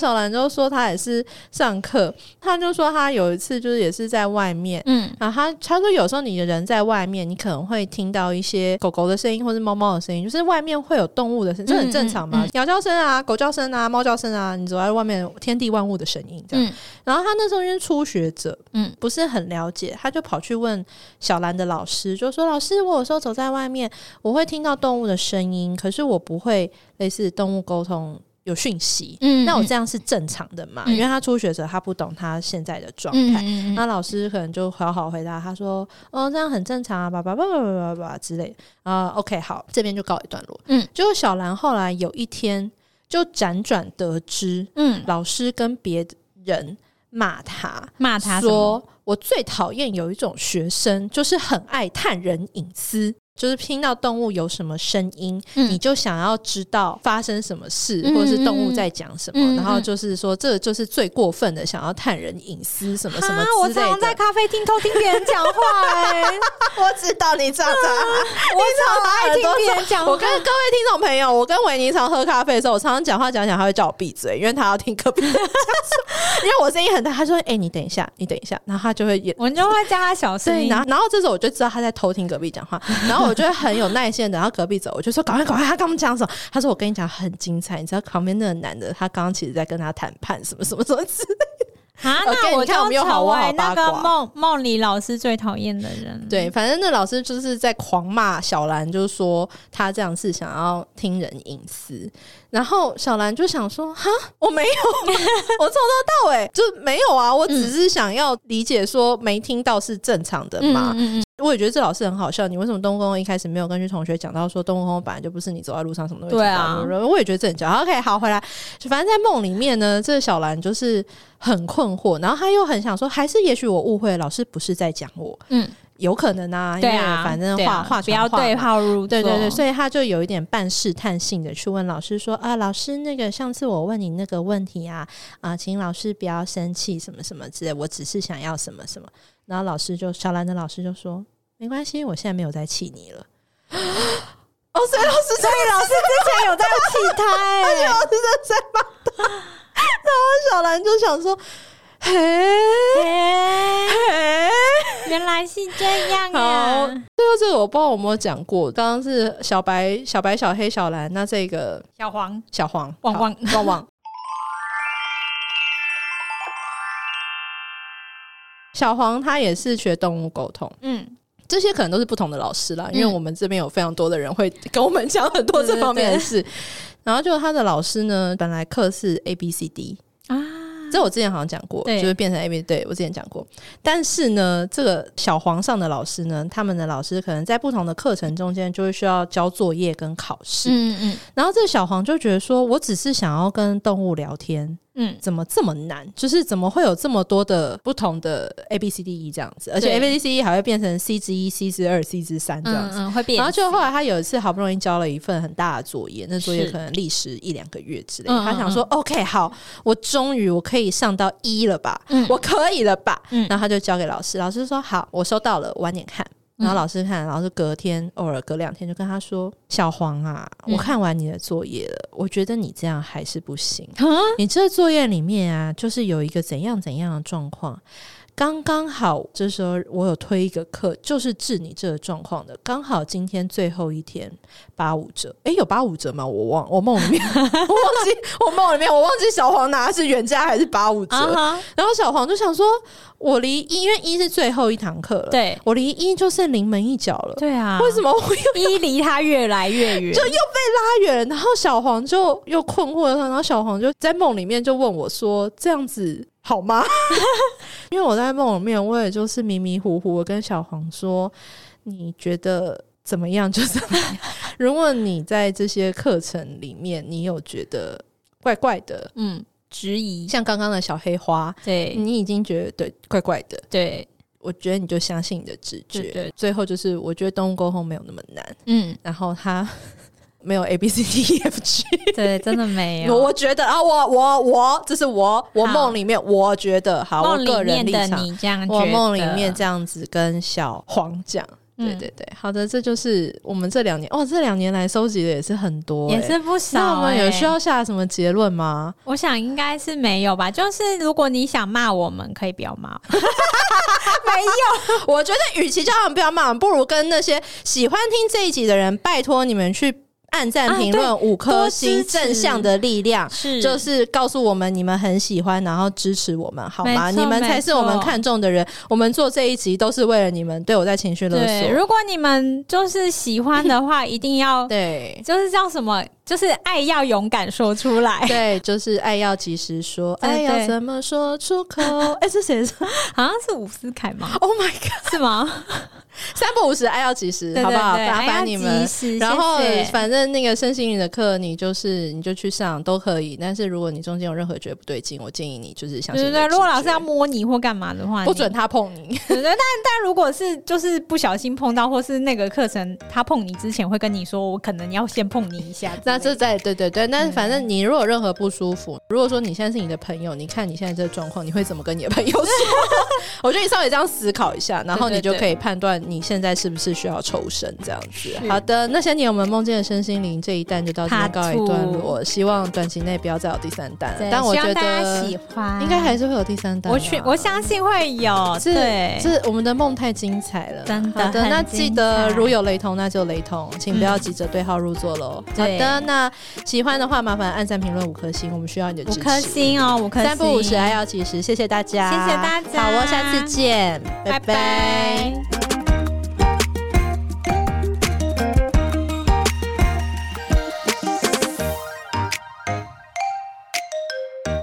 Speaker 1: 小兰就说她也是上课，她就说她有一次就是也是在外面。
Speaker 2: 嗯，
Speaker 1: 然后她她说，有时候你的人在外面，你可能会听到一些狗狗的声音，或是猫猫的声音，就是外面会有动物的声音，这很正常嘛。
Speaker 2: 嗯嗯嗯
Speaker 1: 鸟叫声啊，狗叫声啊，猫叫声啊，你走在外面，天地万物的声音这样。
Speaker 2: 嗯
Speaker 1: 然后她那时候因为初学者，
Speaker 2: 嗯
Speaker 1: 不是很了解，她就跑去问小兰的老师，就说：“老师，我有时候走在外面，我会听到动物的声音，可是我不会类似动物沟通有讯息。
Speaker 2: 嗯
Speaker 1: 那我这样是正常的嘛？
Speaker 2: 嗯
Speaker 1: 因为他初学者，他不懂他现在的状
Speaker 2: 嗯
Speaker 1: 态。
Speaker 2: 嗯嗯
Speaker 1: 那老师可能就好好回答他说：“哦，这样很正常啊，叭叭叭叭叭叭叭之类的啊。”OK，好，这边就告一段落。
Speaker 2: 嗯，
Speaker 1: 结果小兰后来有一天就辗转得知，
Speaker 2: 嗯，
Speaker 1: 老师跟别人骂他，
Speaker 2: 骂他什么
Speaker 1: 说：“我最讨厌有一种学生，就是很爱探人隐私，就是听到动物有什么声音，你
Speaker 2: 嗯
Speaker 1: 就想要知道发生什么事，
Speaker 2: 嗯
Speaker 1: 或者是动物在讲什么，
Speaker 2: 嗯嗯嗯
Speaker 1: 然后就是说这就是最过分的，想要探人隐私什么什么
Speaker 2: 哈啊我
Speaker 1: 之类
Speaker 2: 常常在
Speaker 1: 的。
Speaker 2: 咖啡厅偷听别人讲话、
Speaker 1: <laughs>
Speaker 2: 哎，
Speaker 1: 我知道你 <laughs> 渣渣，
Speaker 2: 我超爱听别人讲话。
Speaker 1: 我跟各位听众朋友，我跟维尼常喝咖啡的时候，我常常讲话讲讲，他会叫我闭嘴，因为他要听隔壁的人 <laughs> 讲什么，因为我声音很大，他说：“哎、你等一下，你等一下。”然后他就会 <laughs> 也
Speaker 2: 我们就会叫他小声
Speaker 1: 对，
Speaker 2: 音
Speaker 1: 然，后然后这时候我就知道他在偷听隔壁讲话， <laughs> 然后我就会很有耐心的等到隔壁走，我就说赶快赶快，他刚刚讲什么？他说我跟你讲很精彩，你知道旁边那个男的他刚刚其实在跟他谈判什么什么什么之类的，
Speaker 2: 啊，
Speaker 1: 我跟
Speaker 2: 那
Speaker 1: 哦你
Speaker 2: 我就
Speaker 1: 看我们又好
Speaker 2: 成
Speaker 1: 我好
Speaker 2: 为
Speaker 1: 八
Speaker 2: 那个
Speaker 1: 卦
Speaker 2: 梦梦里老师最讨厌的人。
Speaker 1: 对，反正那老师就是在狂骂小兰，就是说他这样是想要听人隐私，然后小兰就想说哈，我没有啊，
Speaker 2: <laughs>
Speaker 1: 我从头到尾就没有啊，我
Speaker 2: 嗯
Speaker 1: 只是想要理解说没听到是正常的
Speaker 2: 嗯，
Speaker 1: 嘛，
Speaker 2: 嗯嗯
Speaker 1: 我也觉得这老师很好笑。你为什么动物公公一开始没有跟去同学讲到说动物公公本来就不是你走在路上什么都会
Speaker 2: 对
Speaker 1: 听
Speaker 2: 啊
Speaker 1: 到的？我也觉得这很巧。OK，好，回来，就反正在梦里面呢，这个小兰就是很困惑，然后她又很想说，还是也许我误会了，老师不是在讲我， <laughs>
Speaker 2: 嗯，
Speaker 1: 有可能啊，因
Speaker 2: 对
Speaker 1: 为
Speaker 2: 啊，
Speaker 1: 反正
Speaker 2: 对
Speaker 1: 话、
Speaker 2: 啊
Speaker 1: 话
Speaker 2: 不要
Speaker 1: 传话
Speaker 2: 对
Speaker 1: 嘛
Speaker 2: 号入座，
Speaker 1: 对对对，所以他就有一点半试探性的去问老师说：“啊，老师，那个上次我问你那个问题啊，啊，请老师不要生气，什么什么之类，我只是想要什么什么。”然后老师就小兰的老师就说：“没关系，我现在没有在气你了。” <gasps> 哦，所以老师所以老师之前有在气他、欸，而且老师在在骂他，然后小兰就想说：“嘿，
Speaker 2: <laughs> 哎
Speaker 1: 嘿。”
Speaker 2: 原来是这样
Speaker 1: 好
Speaker 2: 啊！
Speaker 1: 最后这个我不知道我有没有讲过，刚刚是小白、小白、小黑、小蓝，那这个
Speaker 2: 小黄，
Speaker 1: 小黄、
Speaker 2: 旺旺
Speaker 1: 好旺旺。小黄他也是学动物沟通，
Speaker 2: 嗯，
Speaker 1: 这些可能都是不同的老师啦，
Speaker 2: 嗯
Speaker 1: 因为我们这边有非常多的人会跟我们讲很多这方面的事。然后就他的老师呢，本来课是 A B C D，
Speaker 2: 啊，
Speaker 1: 这我之前好像讲过，
Speaker 2: 对
Speaker 1: 就是变成 A B，对我之前讲过。但是呢，这个小皇上的老师呢，他们的老师可能在不同的课程中间就会需要交作业跟考试。
Speaker 2: 嗯嗯
Speaker 1: 然后这个小黄就觉得说，我只是想要跟动物聊天，
Speaker 2: 嗯
Speaker 1: 怎么这么难？就是怎么会有这么多的不同的 A B C D E 这样子，而且
Speaker 2: 对
Speaker 1: A B C D E 还会变成 C 之一、C 之二、C 之三这样
Speaker 2: 嗯
Speaker 1: 子。
Speaker 2: 嗯，会变，
Speaker 1: 然后就后来他有一次好不容易交了一份很大的作业，那作业
Speaker 2: 是
Speaker 1: 可能历时一两个月之类，
Speaker 2: 嗯嗯
Speaker 1: 他想说、OK 好，我终于我可以上到一了吧，
Speaker 2: 嗯
Speaker 1: 我可以了吧，
Speaker 2: 嗯
Speaker 1: 然后他就交给老师，老师说好，我收到了，晚点看。然后
Speaker 2: 嗯
Speaker 1: 老师看，老师隔天偶尔隔两天就跟他说：“小黄啊，
Speaker 2: 嗯
Speaker 1: 我看完你的作业了，我觉得你这样还是不行。
Speaker 2: 啊
Speaker 1: <laughs> 你这作业里面啊，就是有一个怎样怎样的状况，刚刚好，这时候我有推一个课，就是治你这个状况的，刚好今天最后一天八五折，诶，有八五折吗？我忘，我梦里面， <laughs> 我忘记，我梦里面，我忘记小黄拿的是原价还是八五折，
Speaker 2: 啊哈，
Speaker 1: 然后小黄就想说，我离一，因为一是最后一堂课了，，
Speaker 2: 对
Speaker 1: 我离一就剩临门一脚了，
Speaker 2: 对啊，
Speaker 1: 为什么我又
Speaker 2: 一离他越来越远？
Speaker 1: 就又被拉远，然后小黄就又困惑了，然后小黄就在梦里面就问我说：“这样子好吗？” <laughs> 因为我在梦里面，我也就是迷迷糊糊的跟小黄说：“你觉得怎么样？就怎么样。如果你在这些课程里面，你有觉得怪怪的，
Speaker 2: 嗯，质疑，
Speaker 1: 像刚刚的小黑花，
Speaker 2: 对
Speaker 1: 你已经觉得对怪怪的，
Speaker 2: 对，
Speaker 1: 我觉得你就相信你的直觉。
Speaker 2: 对对
Speaker 1: 最后就是，我觉得动物沟通没有那么难，
Speaker 2: 嗯，
Speaker 1: 然后它没有 A B C D E F G。”
Speaker 2: 对，真的没
Speaker 1: <laughs> 我
Speaker 2: 有。
Speaker 1: 我觉得啊，我我我，这是我我梦里面，我觉得好，我
Speaker 2: 梦
Speaker 1: 个
Speaker 2: 里
Speaker 1: 人
Speaker 2: 面
Speaker 1: 立
Speaker 2: 的
Speaker 1: 场，
Speaker 2: 你这样觉得，
Speaker 1: 我梦里面这样子跟小黄讲，对对对，好的，这就是我们这两年哦，这两年来收集的也是很多、欸，
Speaker 2: 也是不少、欸。
Speaker 1: 那我们有需要下什么结论吗？
Speaker 2: 我想应该是没有吧。就是如果你想骂我们，可以不要骂。
Speaker 1: 没有，我觉得与其叫他们不要骂，不如跟那些喜欢听这一集的人，拜托你们去。按赞、评论五颗星，正向的力量
Speaker 2: 是
Speaker 1: <laughs> 就是告诉我们你们很喜欢，然后支持我们，好
Speaker 2: 没
Speaker 1: 吗？
Speaker 2: 错
Speaker 1: 你们才是我们看重的人。我们做这一集都是为了你们。对我在情绪勒
Speaker 2: 对，
Speaker 1: 索，
Speaker 2: 如果你们就是喜欢的话，一定要
Speaker 1: 对
Speaker 2: 就是叫什么，就是爱要勇敢说出来
Speaker 1: 对，就是爱要及时说，
Speaker 2: <laughs> 对
Speaker 1: 爱
Speaker 2: 对
Speaker 1: 要怎么说出
Speaker 2: <laughs>
Speaker 1: 口？哎，是谁说
Speaker 2: 好像是伍思凯吗？
Speaker 1: ？Oh my god！
Speaker 2: 是
Speaker 1: <laughs>
Speaker 2: 吗？
Speaker 1: 三不五十，爱要及时，
Speaker 2: 对
Speaker 1: 好不好？
Speaker 2: 对对
Speaker 1: 麻
Speaker 2: 爱要
Speaker 1: 烦你们
Speaker 2: 及。时
Speaker 1: 然后
Speaker 2: 谢谢，
Speaker 1: 反正那个身心灵的课，你就是你就去上都可以。但是如果你中间有任何觉得不对劲，我建议你就是相
Speaker 2: 对
Speaker 1: 信
Speaker 2: 对
Speaker 1: 你的
Speaker 2: 对，如果
Speaker 1: 直
Speaker 2: 老师
Speaker 1: 觉
Speaker 2: 要摸你或干嘛的话，
Speaker 1: 不
Speaker 2: 你
Speaker 1: 准他碰你，
Speaker 2: 对对，但但如果是就是不小心碰到，或是那个课程他碰你之前会跟你说，我可能要先碰你一下之类的。嗯
Speaker 1: 那这在对对对，但是反正你如果有任何不舒服，如果说你现在是你的朋友，你看你现在这个状况，你会怎么跟你的朋友说？ <laughs> 我觉得你稍微这样思考一下，然后你就可以判断你现在是不是需要抽身这样子。
Speaker 2: 是
Speaker 1: 好的，那些年我们梦见的身心灵这一弹就到这边
Speaker 2: Part
Speaker 1: 告一段落，希望短期内不要再有第三弹了
Speaker 2: 对，
Speaker 1: 但我
Speaker 2: 希望
Speaker 1: 觉
Speaker 2: 大家
Speaker 1: 得
Speaker 2: 喜欢，
Speaker 1: 应该还是会有第三弹啊。
Speaker 2: 我去，我相信会有，
Speaker 1: 是
Speaker 2: 啊对，
Speaker 1: 是我们的梦太精彩了，
Speaker 2: 真的
Speaker 1: 好的，
Speaker 2: 很
Speaker 1: 那记
Speaker 2: 精
Speaker 1: 得
Speaker 2: 彩
Speaker 1: 如有雷同，那就雷同，请不要急着对号入座喽。好
Speaker 2: 嗯对
Speaker 1: 的，那喜欢的话，麻烦按赞、评论五颗星，我们需要你的
Speaker 2: 五
Speaker 1: 支
Speaker 2: 颗
Speaker 1: 持。
Speaker 2: 星哦，五颗星，
Speaker 1: 三不五十，还要及时，谢谢大家，
Speaker 2: 谢谢大家
Speaker 1: 好哦，我下次见，
Speaker 2: 拜
Speaker 1: 拜拜
Speaker 2: 拜